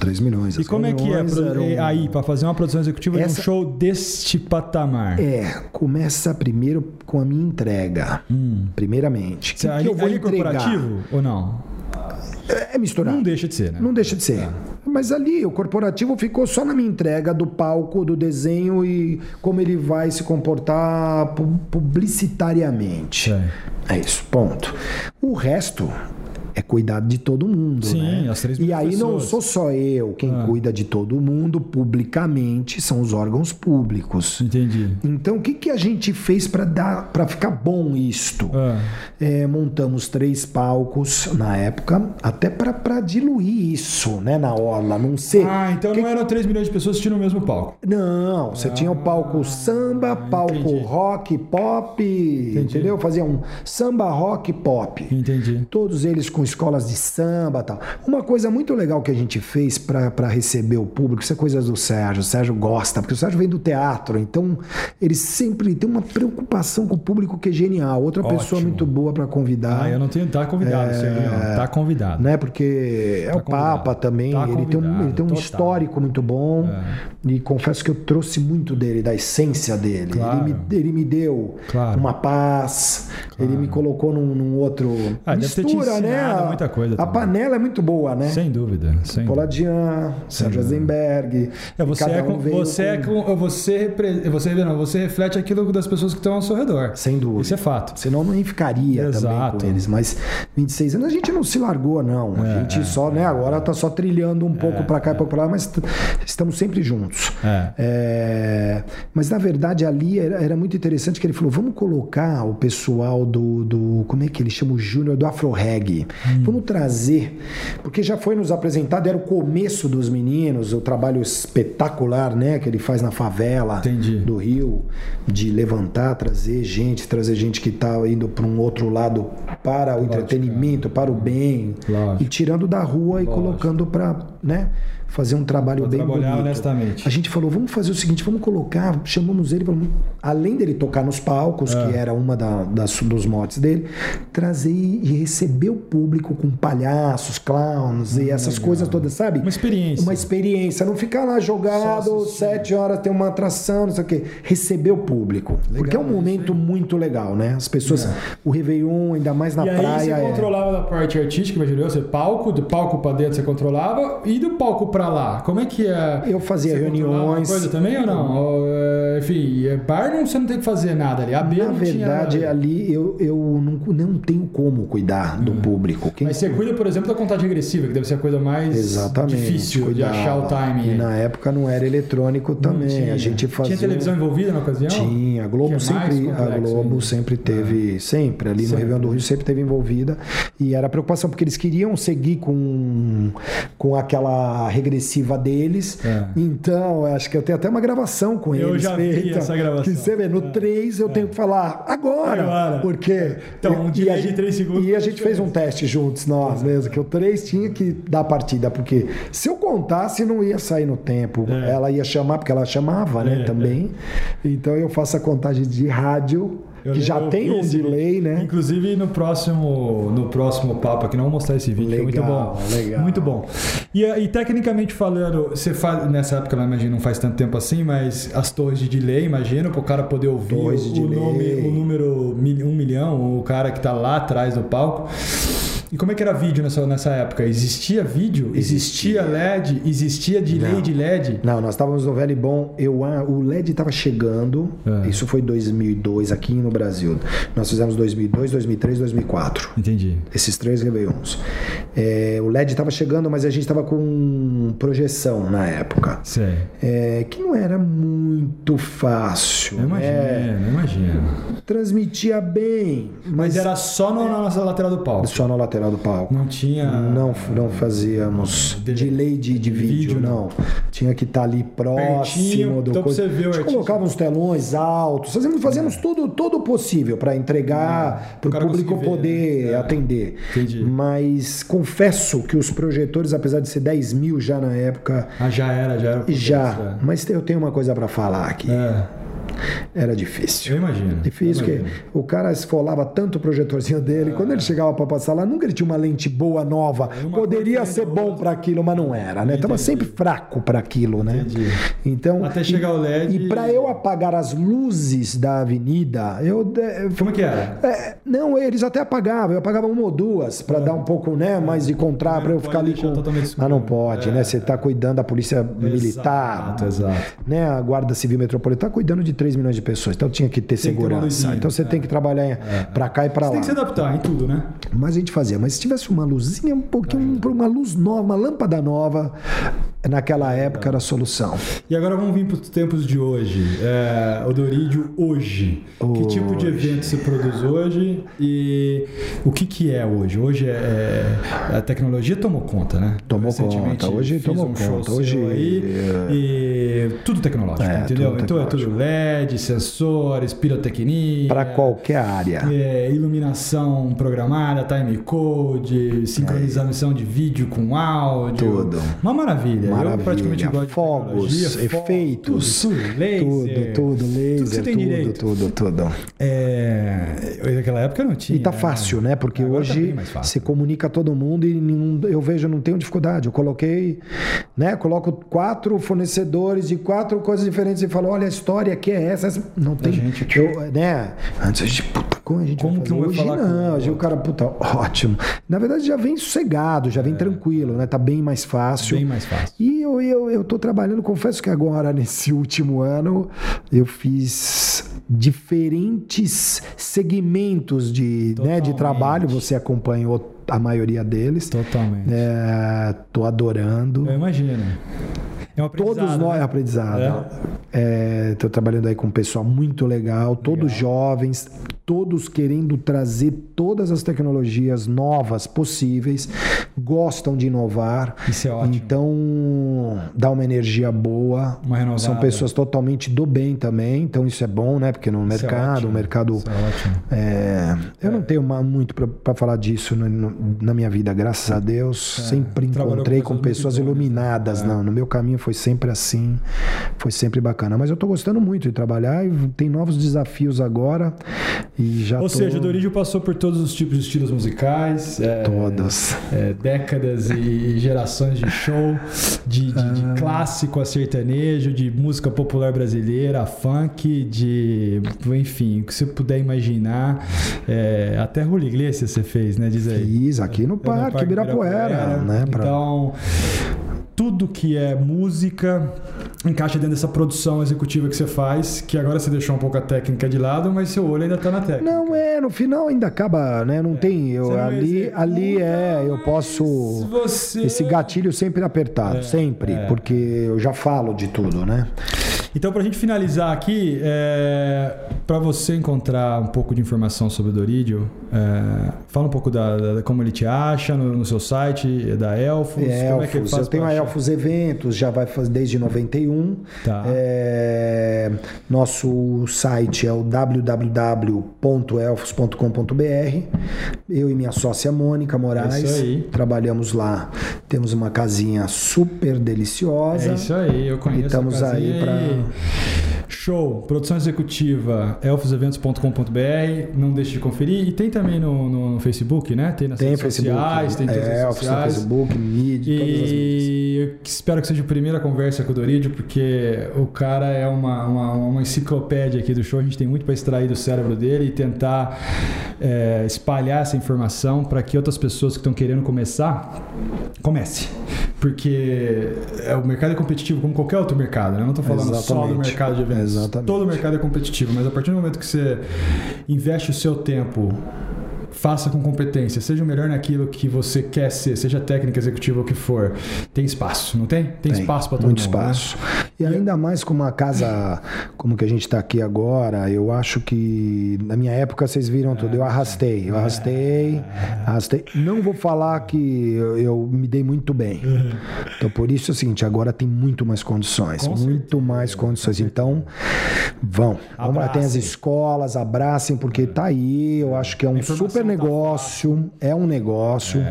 Speaker 2: 3 milhões. assim.
Speaker 1: E como é que é pro- eh, aí, para fazer uma produção executiva de
Speaker 2: Essa-
Speaker 1: um show deste patamar?
Speaker 2: É, começa primeiro com a minha entrega. Primeiramente. O
Speaker 1: Você-
Speaker 2: que eu vou
Speaker 1: Hum. ali é
Speaker 2: entregar?
Speaker 1: corporativo ou não?
Speaker 2: É, é misturado.
Speaker 1: Não deixa de ser, né?
Speaker 2: Não deixa de ser. Mas ali, o corporativo ficou só na minha entrega do palco, do desenho e como ele vai se comportar pu- publicitariamente.
Speaker 1: É.
Speaker 2: É isso, ponto. O resto é cuidar de todo mundo,
Speaker 1: Sim,
Speaker 2: né?
Speaker 1: as três
Speaker 2: e
Speaker 1: mil
Speaker 2: aí não
Speaker 1: pessoas. Ah.
Speaker 2: sou só eu quem cuida de todo mundo publicamente, são os órgãos públicos.
Speaker 1: Entendi.
Speaker 2: Então, o que, que a gente fez para dar, para ficar bom isto?
Speaker 1: Ah,
Speaker 2: É, montamos três palcos na época, até para diluir isso, né, na orla, não ser.
Speaker 1: Ah, então não eram 3 milhões de pessoas assistindo o mesmo palco.
Speaker 2: Não, você tinha o palco samba, palco
Speaker 1: entendi.
Speaker 2: rock, pop, entendeu? Fazia um samba, rock, pop.
Speaker 1: Entendi.
Speaker 2: Todos eles com escolas de samba e tal. Uma coisa muito legal que a gente fez para receber o público, isso é coisa do Sérgio. O Sérgio gosta, porque o Sérgio vem do teatro, então ele sempre tem uma preocupação com o público que é genial. Outra
Speaker 1: Ótimo.
Speaker 2: pessoa muito boa para convidar.
Speaker 1: Ah, eu não tenho. Tá convidado, Serginho. Tá convidado.
Speaker 2: É. Né? Porque é o
Speaker 1: Tá convidado.
Speaker 2: Papa também,
Speaker 1: Tá
Speaker 2: ele tem um,
Speaker 1: convidado,
Speaker 2: ele tem um
Speaker 1: total. É.
Speaker 2: histórico muito bom. E confesso que eu trouxe muito dele, da essência dele.
Speaker 1: Claro.
Speaker 2: Ele, me, ele me deu
Speaker 1: Claro.
Speaker 2: uma paz, ele me colocou num, num outro.
Speaker 1: Ah, deve ter te
Speaker 2: mistura, né?
Speaker 1: ensinado
Speaker 2: A-
Speaker 1: muita coisa
Speaker 2: A
Speaker 1: também.
Speaker 2: panela é muito boa, né?
Speaker 1: Sem dúvida, sem dúvida.
Speaker 2: Poladian, Sérgio Eisenberg.
Speaker 1: É, você,
Speaker 2: cada
Speaker 1: é com-
Speaker 2: um veio
Speaker 1: você, é com- você, repre- você, não, você reflete aquilo das pessoas que estão ao seu redor.
Speaker 2: Sem dúvida.
Speaker 1: Isso é fato.
Speaker 2: Senão não ficaria também
Speaker 1: Exato. É,
Speaker 2: com eles. Mas 26 anos a gente não se largou, não. a gente só, né? Agora tá só trilhando um pouco pra cá e pouco pra lá, mas t- estamos sempre juntos.
Speaker 1: É.
Speaker 2: É, Mas na verdade ali era, era muito interessante que ele falou: vamos colocar o pessoal do. do como é que ele chama o Júnior? Do Afro Reg.
Speaker 1: Hum.
Speaker 2: Vamos trazer. Porque já foi nos apresentado, era o começo dos meninos, o trabalho espetacular, né? Que ele faz na favela
Speaker 1: Entendi.
Speaker 2: do Rio, de levantar, trazer gente, trazer gente que está indo para um outro lado para o entretenimento, para o bem,
Speaker 1: Lógico.
Speaker 2: e tirando da rua e colocando para né, fazer um trabalho
Speaker 1: Pra
Speaker 2: bem
Speaker 1: trabalhar
Speaker 2: bonito.
Speaker 1: honestamente.
Speaker 2: A gente falou, vamos fazer o seguinte, vamos colocar, chamamos ele, vamos- além dele tocar nos palcos,
Speaker 1: É.
Speaker 2: que era uma da- das, dos motes dele, trazer e receber o público com palhaços, clowns
Speaker 1: Hum,
Speaker 2: e essas coisas todas, sabe?
Speaker 1: Uma experiência.
Speaker 2: Uma experiência, não ficar lá
Speaker 1: Só
Speaker 2: jogado,
Speaker 1: assistir.
Speaker 2: sete horas tem uma atração, não sei o quê. Receber o público. porque é um momento muito legal, né? As pessoas, o Réveillon, ainda mais na
Speaker 1: É. E aí
Speaker 2: praia.
Speaker 1: você
Speaker 2: é-
Speaker 1: controlava da parte artística, imaginou? Você palco, do palco pra dentro você controlava e do palco pra lá. Como é que é?
Speaker 2: Eu fazia
Speaker 1: Você controlava
Speaker 2: reuniões.
Speaker 1: Coisa também ou não? Ou, é, enfim, é, bar não, você não tem que fazer nada ali. A B
Speaker 2: Na
Speaker 1: não tinha
Speaker 2: verdade, é,
Speaker 1: nada.
Speaker 2: ali eu, eu não, não tenho como cuidar do público. Quem
Speaker 1: Uhum. Mas você cuida, por exemplo, da contagem agressiva, que deve ser a coisa mais
Speaker 2: Exatamente.
Speaker 1: difícil
Speaker 2: cuidava.
Speaker 1: de achar o timing.
Speaker 2: E
Speaker 1: aí.
Speaker 2: na época não era eletrônico também.
Speaker 1: Tinha.
Speaker 2: A gente fazia.
Speaker 1: Tinha televisão envolvida na ocasião?
Speaker 2: Tinha, a Globo
Speaker 1: Que é mais
Speaker 2: sempre, a
Speaker 1: complexo
Speaker 2: Globo
Speaker 1: ainda. Ah.
Speaker 2: sempre teve, sempre ali no Réveillon do Rio sempre teve envolvida e era preocupação porque eles queriam seguir com com aquela regressiva deles.
Speaker 1: É.
Speaker 2: Então, eu acho que eu tenho até uma gravação com
Speaker 1: Eu
Speaker 2: eles
Speaker 1: já vi
Speaker 2: feita,
Speaker 1: essa gravação. É.
Speaker 2: Que você vê, no 3 eu tenho que falar agora,
Speaker 1: Agora.
Speaker 2: porque
Speaker 1: Então, um
Speaker 2: e- e
Speaker 1: delay
Speaker 2: a
Speaker 1: de
Speaker 2: gente-
Speaker 1: três segundos
Speaker 2: E a
Speaker 1: faz
Speaker 2: gente fez um teste juntos nós
Speaker 1: é.
Speaker 2: mesmo, que o 3 tinha que dar partida, porque se eu contasse não ia sair no tempo.
Speaker 1: É.
Speaker 2: Ela ia chamar porque ela chamava, né,
Speaker 1: É,
Speaker 2: também. Hein? Então eu faço a contagem de rádio,
Speaker 1: Eu
Speaker 2: que já
Speaker 1: lembro,
Speaker 2: tem
Speaker 1: eu vi
Speaker 2: um
Speaker 1: esse
Speaker 2: delay,
Speaker 1: vídeo.
Speaker 2: né?
Speaker 1: Inclusive no próximo, no próximo papo aqui, não vou mostrar esse vídeo, que é
Speaker 2: Legal,
Speaker 1: muito bom.
Speaker 2: legal.
Speaker 1: Muito bom. E, eh, e tecnicamente falando, você faz. Nessa época, eu imagino, não faz tanto tempo assim, mas as torres de delay, imagino, para o cara poder ouvir
Speaker 2: Torres
Speaker 1: o,
Speaker 2: de
Speaker 1: o
Speaker 2: delay.
Speaker 1: nome, o número mil- um milhão, o cara que tá lá atrás do palco. E como é que era vídeo nessa, nessa época? Existia vídeo? Existia, LED? Existia delay
Speaker 2: Não.
Speaker 1: de LED?
Speaker 2: Não, nós estávamos no Velho e Bom, eu, ah, o LED estava chegando,
Speaker 1: É.
Speaker 2: isso foi 2002 aqui no Brasil. Nós fizemos 2002, 2003, 2004.
Speaker 1: Entendi.
Speaker 2: Esses três Réveillons. É, o LED estava chegando, mas a gente estava com projeção na época.
Speaker 1: Sei.
Speaker 2: É, que não era muito fácil.
Speaker 1: Eu imagino,
Speaker 2: né?
Speaker 1: eu imagino.
Speaker 2: Transmitia bem, mas,
Speaker 1: Mas
Speaker 2: era
Speaker 1: era só no- na nossa lateral do palco.
Speaker 2: só na lateral do palco.
Speaker 1: Não tinha.
Speaker 2: Não, não fazíamos
Speaker 1: Dele-
Speaker 2: delay de, de vídeo,
Speaker 1: Vídeo, né?
Speaker 2: não. Tinha que estar ali
Speaker 1: Pertinho,
Speaker 2: próximo do
Speaker 1: então pra você ver o
Speaker 2: A gente
Speaker 1: artista.
Speaker 2: colocava uns telões altos, fazíamos, fazíamos tudo todo o possível para entregar, para
Speaker 1: É. cara
Speaker 2: o público
Speaker 1: conseguir ver,
Speaker 2: poder
Speaker 1: né? É.
Speaker 2: atender.
Speaker 1: Entendi.
Speaker 2: Mas confesso que os projetores, apesar de ser 10 mil já na época,
Speaker 1: Ah, já era, já era. o começo,
Speaker 2: já. Mas eu tenho uma coisa para falar aqui.
Speaker 1: né? É, É,
Speaker 2: Era difícil.
Speaker 1: eu imagino.
Speaker 2: Difícil,
Speaker 1: eu
Speaker 2: porque
Speaker 1: imagino.
Speaker 2: o cara esfolava tanto o projetorzinho dele, quando ele chegava para passar lá, nunca ele tinha uma lente boa, nova.
Speaker 1: É. Uma
Speaker 2: Poderia
Speaker 1: coisa
Speaker 2: ser bom para aquilo, mas não era, né? Tava sempre fraco para aquilo, né?
Speaker 1: Entendi.
Speaker 2: Então,
Speaker 1: Até chegar o LED.
Speaker 2: e para eu apagar as luzes da avenida, eu de-
Speaker 1: Como é que era?
Speaker 2: é, não, eles até apagavam, eu apagava uma ou duas
Speaker 1: É.
Speaker 2: pra dar um pouco, né, mais de contrato pra eu
Speaker 1: Não
Speaker 2: ficar
Speaker 1: pode
Speaker 2: ali
Speaker 1: deixar
Speaker 2: com.
Speaker 1: totalmente escuro.
Speaker 2: Mas não pode,
Speaker 1: É,
Speaker 2: né? Você tá cuidando da polícia militar,
Speaker 1: Exato, exato.
Speaker 2: né? A Guarda Civil Metropolitana tá cuidando de 3 milhões de pessoas, então tinha que ter
Speaker 1: Tem que ter uma
Speaker 2: segurança.
Speaker 1: luzinha,
Speaker 2: então você
Speaker 1: é.
Speaker 2: tem que trabalhar em- pra cá e pra
Speaker 1: Você tem
Speaker 2: lá.
Speaker 1: que se adaptar em tudo, né?
Speaker 2: Mas a gente fazia, mas se tivesse uma luzinha, um pouquinho, uma luz nova, uma lâmpada nova, naquela época era a solução.
Speaker 1: E agora vamos vir para os tempos de hoje. É, o Dorídio hoje. Que tipo de evento se produz hoje e o que, que é hoje? Hoje é, é- a tecnologia tomou conta, né?
Speaker 2: Tomou
Speaker 1: Recentemente
Speaker 2: conta, hoje
Speaker 1: fiz
Speaker 2: tomou
Speaker 1: um show
Speaker 2: conta,
Speaker 1: seu
Speaker 2: hoje-
Speaker 1: aí e tudo tecnológico,
Speaker 2: É,
Speaker 1: entendeu?
Speaker 2: tudo
Speaker 1: então é
Speaker 2: tecnológico.
Speaker 1: tudo LED, sensores, pirotecnia.
Speaker 2: Pra qualquer área.
Speaker 1: É, iluminação programada, time code, sincronização de vídeo com áudio.
Speaker 2: É Tudo.
Speaker 1: Uma maravilha. Eu
Speaker 2: Maravilha.
Speaker 1: praticamente gosto de
Speaker 2: Fogos,
Speaker 1: tecnologia, fogo,
Speaker 2: efeitos,
Speaker 1: tudo, tudo, laser,
Speaker 2: tudo, tudo, laser,
Speaker 1: tudo que você tem
Speaker 2: tudo,
Speaker 1: direito.
Speaker 2: tudo, tudo.
Speaker 1: É, eu- naquela época não tinha.
Speaker 2: E tá
Speaker 1: né?
Speaker 2: fácil, né? Porque
Speaker 1: Agora tá bem
Speaker 2: hoje
Speaker 1: mais fácil.
Speaker 2: se comunica todo mundo e nenhum- eu vejo, não tenho dificuldade. Eu coloquei, né? Coloco quatro fornecedores de quatro coisas diferentes e falo, olha, a história aqui é essa. essa- Não tem.
Speaker 1: gente-
Speaker 2: eu, né? Antes a gente, puta, como a gente
Speaker 1: Como
Speaker 2: vai
Speaker 1: que
Speaker 2: fazer?
Speaker 1: um vai
Speaker 2: hoje
Speaker 1: falar com
Speaker 2: não,
Speaker 1: o
Speaker 2: hoje o cara, puta, ótimo. Na verdade já vem sossegado, já vem
Speaker 1: É.
Speaker 2: tranquilo, né? Tá bem mais fácil.
Speaker 1: Bem mais fácil.
Speaker 2: E eu, eu, eu tô trabalhando, confesso que agora, nesse último ano, eu fiz diferentes segmentos de, né, de
Speaker 1: Totalmente.
Speaker 2: trabalho, você acompanhou a maioria deles.
Speaker 1: Totalmente.
Speaker 2: É, tô adorando.
Speaker 1: Eu imagino. É um
Speaker 2: Todos
Speaker 1: aprendizado,
Speaker 2: nós,
Speaker 1: né? É.
Speaker 2: aprendizado. Estou trabalhando aí com um pessoal muito legal, todos jovens, todos querendo trazer todas as tecnologias novas possíveis, gostam de inovar.
Speaker 1: Isso é ótimo.
Speaker 2: Então, dá uma energia boa.
Speaker 1: Uma renovada.
Speaker 2: Hum. São pessoas totalmente do bem também, então isso é bom, né? Porque
Speaker 1: Isso
Speaker 2: no
Speaker 1: é
Speaker 2: mercado,
Speaker 1: ótimo.
Speaker 2: o mercado.
Speaker 1: Isso é ótimo.
Speaker 2: é, eu não tenho uma- muito para falar disso no- no- na minha vida, graças a Deus. sempre encontrei
Speaker 1: É. trabalhou com
Speaker 2: com
Speaker 1: pessoas
Speaker 2: pessoas
Speaker 1: muito boas, né? É.
Speaker 2: iluminadas. Não, no meu caminho foi sempre assim. Foi sempre bacana. Mas eu tô gostando muito de trabalhar e tem novos desafios agora. E já
Speaker 1: Ou
Speaker 2: tô-
Speaker 1: seja, o Dorígio passou por todos os tipos de estilos musicais, é,
Speaker 2: Todos.
Speaker 1: é, décadas e, e gerações de show, de, de-
Speaker 2: Ah.
Speaker 1: de clássico a sertanejo, de música popular brasileira, a funk, de. Enfim, o que você puder imaginar. É, até Rula Iglesias você fez, né? Diz aí.
Speaker 2: Fiz aqui no Parque, Ibirapuera, né? pra-
Speaker 1: Então, tudo que é música encaixa dentro dessa produção executiva que você faz, que agora você deixou um pouco a técnica de lado, mas seu olho ainda tá na técnica.
Speaker 2: Não é, no final ainda acaba, né? Não tem.
Speaker 1: É.
Speaker 2: Eu,
Speaker 1: Você não
Speaker 2: ali,
Speaker 1: executa,
Speaker 2: ali é, eu posso.
Speaker 1: mas Você...
Speaker 2: Esse gatilho sempre apertado, sempre,
Speaker 1: é.
Speaker 2: porque eu já falo de tudo, né?
Speaker 1: Então, pra gente finalizar aqui, é... para você encontrar um pouco de informação sobre o Dorídio, é, fala um pouco da, da- como ele te acha no, no seu site, é da Elfos, como é que ele
Speaker 2: Elfos,
Speaker 1: faz
Speaker 2: eu tenho
Speaker 1: pra
Speaker 2: a
Speaker 1: achar?
Speaker 2: Elfos Eventos, já vai fazer desde 91.
Speaker 1: Tá.
Speaker 2: É, nosso site é o www.elfos.com.br. Eu e minha sócia Mônica Moraes
Speaker 1: É isso aí.
Speaker 2: trabalhamos lá. Temos uma casinha super deliciosa.
Speaker 1: É isso aí, eu conheço.
Speaker 2: E estamos
Speaker 1: a casinha
Speaker 2: aí pra-
Speaker 1: e- Show, produção executiva, elfoseventos.com.br, não deixe de conferir. E tem também no, no- no Facebook, né? Tem nas
Speaker 2: Tem
Speaker 1: redes
Speaker 2: Facebook,
Speaker 1: sociais, tem todas
Speaker 2: é,
Speaker 1: as
Speaker 2: Elfos,
Speaker 1: redes
Speaker 2: tem
Speaker 1: sociais.
Speaker 2: Facebook, mídia, todas as mídias.
Speaker 1: E eu espero que seja a primeira conversa com o Dorídio, porque o cara é uma, uma, uma enciclopédia aqui do show. A gente tem muito para extrair do cérebro dele e tentar é, espalhar essa informação para que outras pessoas que estão querendo começar comece. Porque é, o mercado é competitivo como qualquer outro mercado, né? Eu não estou falando só do
Speaker 2: Exatamente.
Speaker 1: mercado de eventos.
Speaker 2: Exatamente.
Speaker 1: Todo mercado é competitivo, mas a partir do momento que você investe o seu tempo faça com competência, seja o melhor naquilo que você quer ser, seja técnica executiva ou o que for. Tem espaço, não tem? Tem, espaço para todo
Speaker 2: muito
Speaker 1: mundo. né?
Speaker 2: espaço. E ainda mais com uma casa como que a gente está aqui agora, eu acho que na minha época vocês viram tudo.
Speaker 1: Ah,
Speaker 2: Eu arrastei, eu
Speaker 1: é.
Speaker 2: arrastei, arrastei. Não vou falar que eu, eu me dei muito bem. Então por isso é o seguinte, agora tem muito mais condições,
Speaker 1: Com
Speaker 2: muito mais condições. Então vão, vamos lá, tem as
Speaker 1: Abracem.
Speaker 2: escolas, abracem porque tá aí. Eu acho que é um
Speaker 1: informação
Speaker 2: super
Speaker 1: tá
Speaker 2: negócio, é um negócio,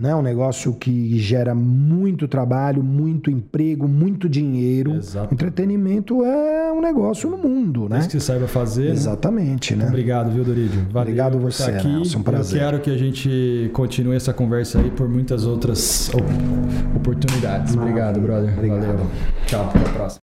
Speaker 2: né? Um negócio que gera muito trabalho, muito emprego, muito dinheiro.
Speaker 1: Exato.
Speaker 2: Entretenimento é um negócio no mundo, né?
Speaker 1: Desde É que você saiba fazer. né?
Speaker 2: Exatamente, né?
Speaker 1: Obrigado, viu, Dorídio? Valeu
Speaker 2: Obrigado
Speaker 1: por
Speaker 2: você,
Speaker 1: estar aqui.
Speaker 2: Nelson, um prazer.
Speaker 1: Eu quero que a gente continue essa conversa aí por muitas outras op- oportunidades. Obrigado, brother.
Speaker 2: Obrigado.
Speaker 1: Valeu. Tchau, até a próxima.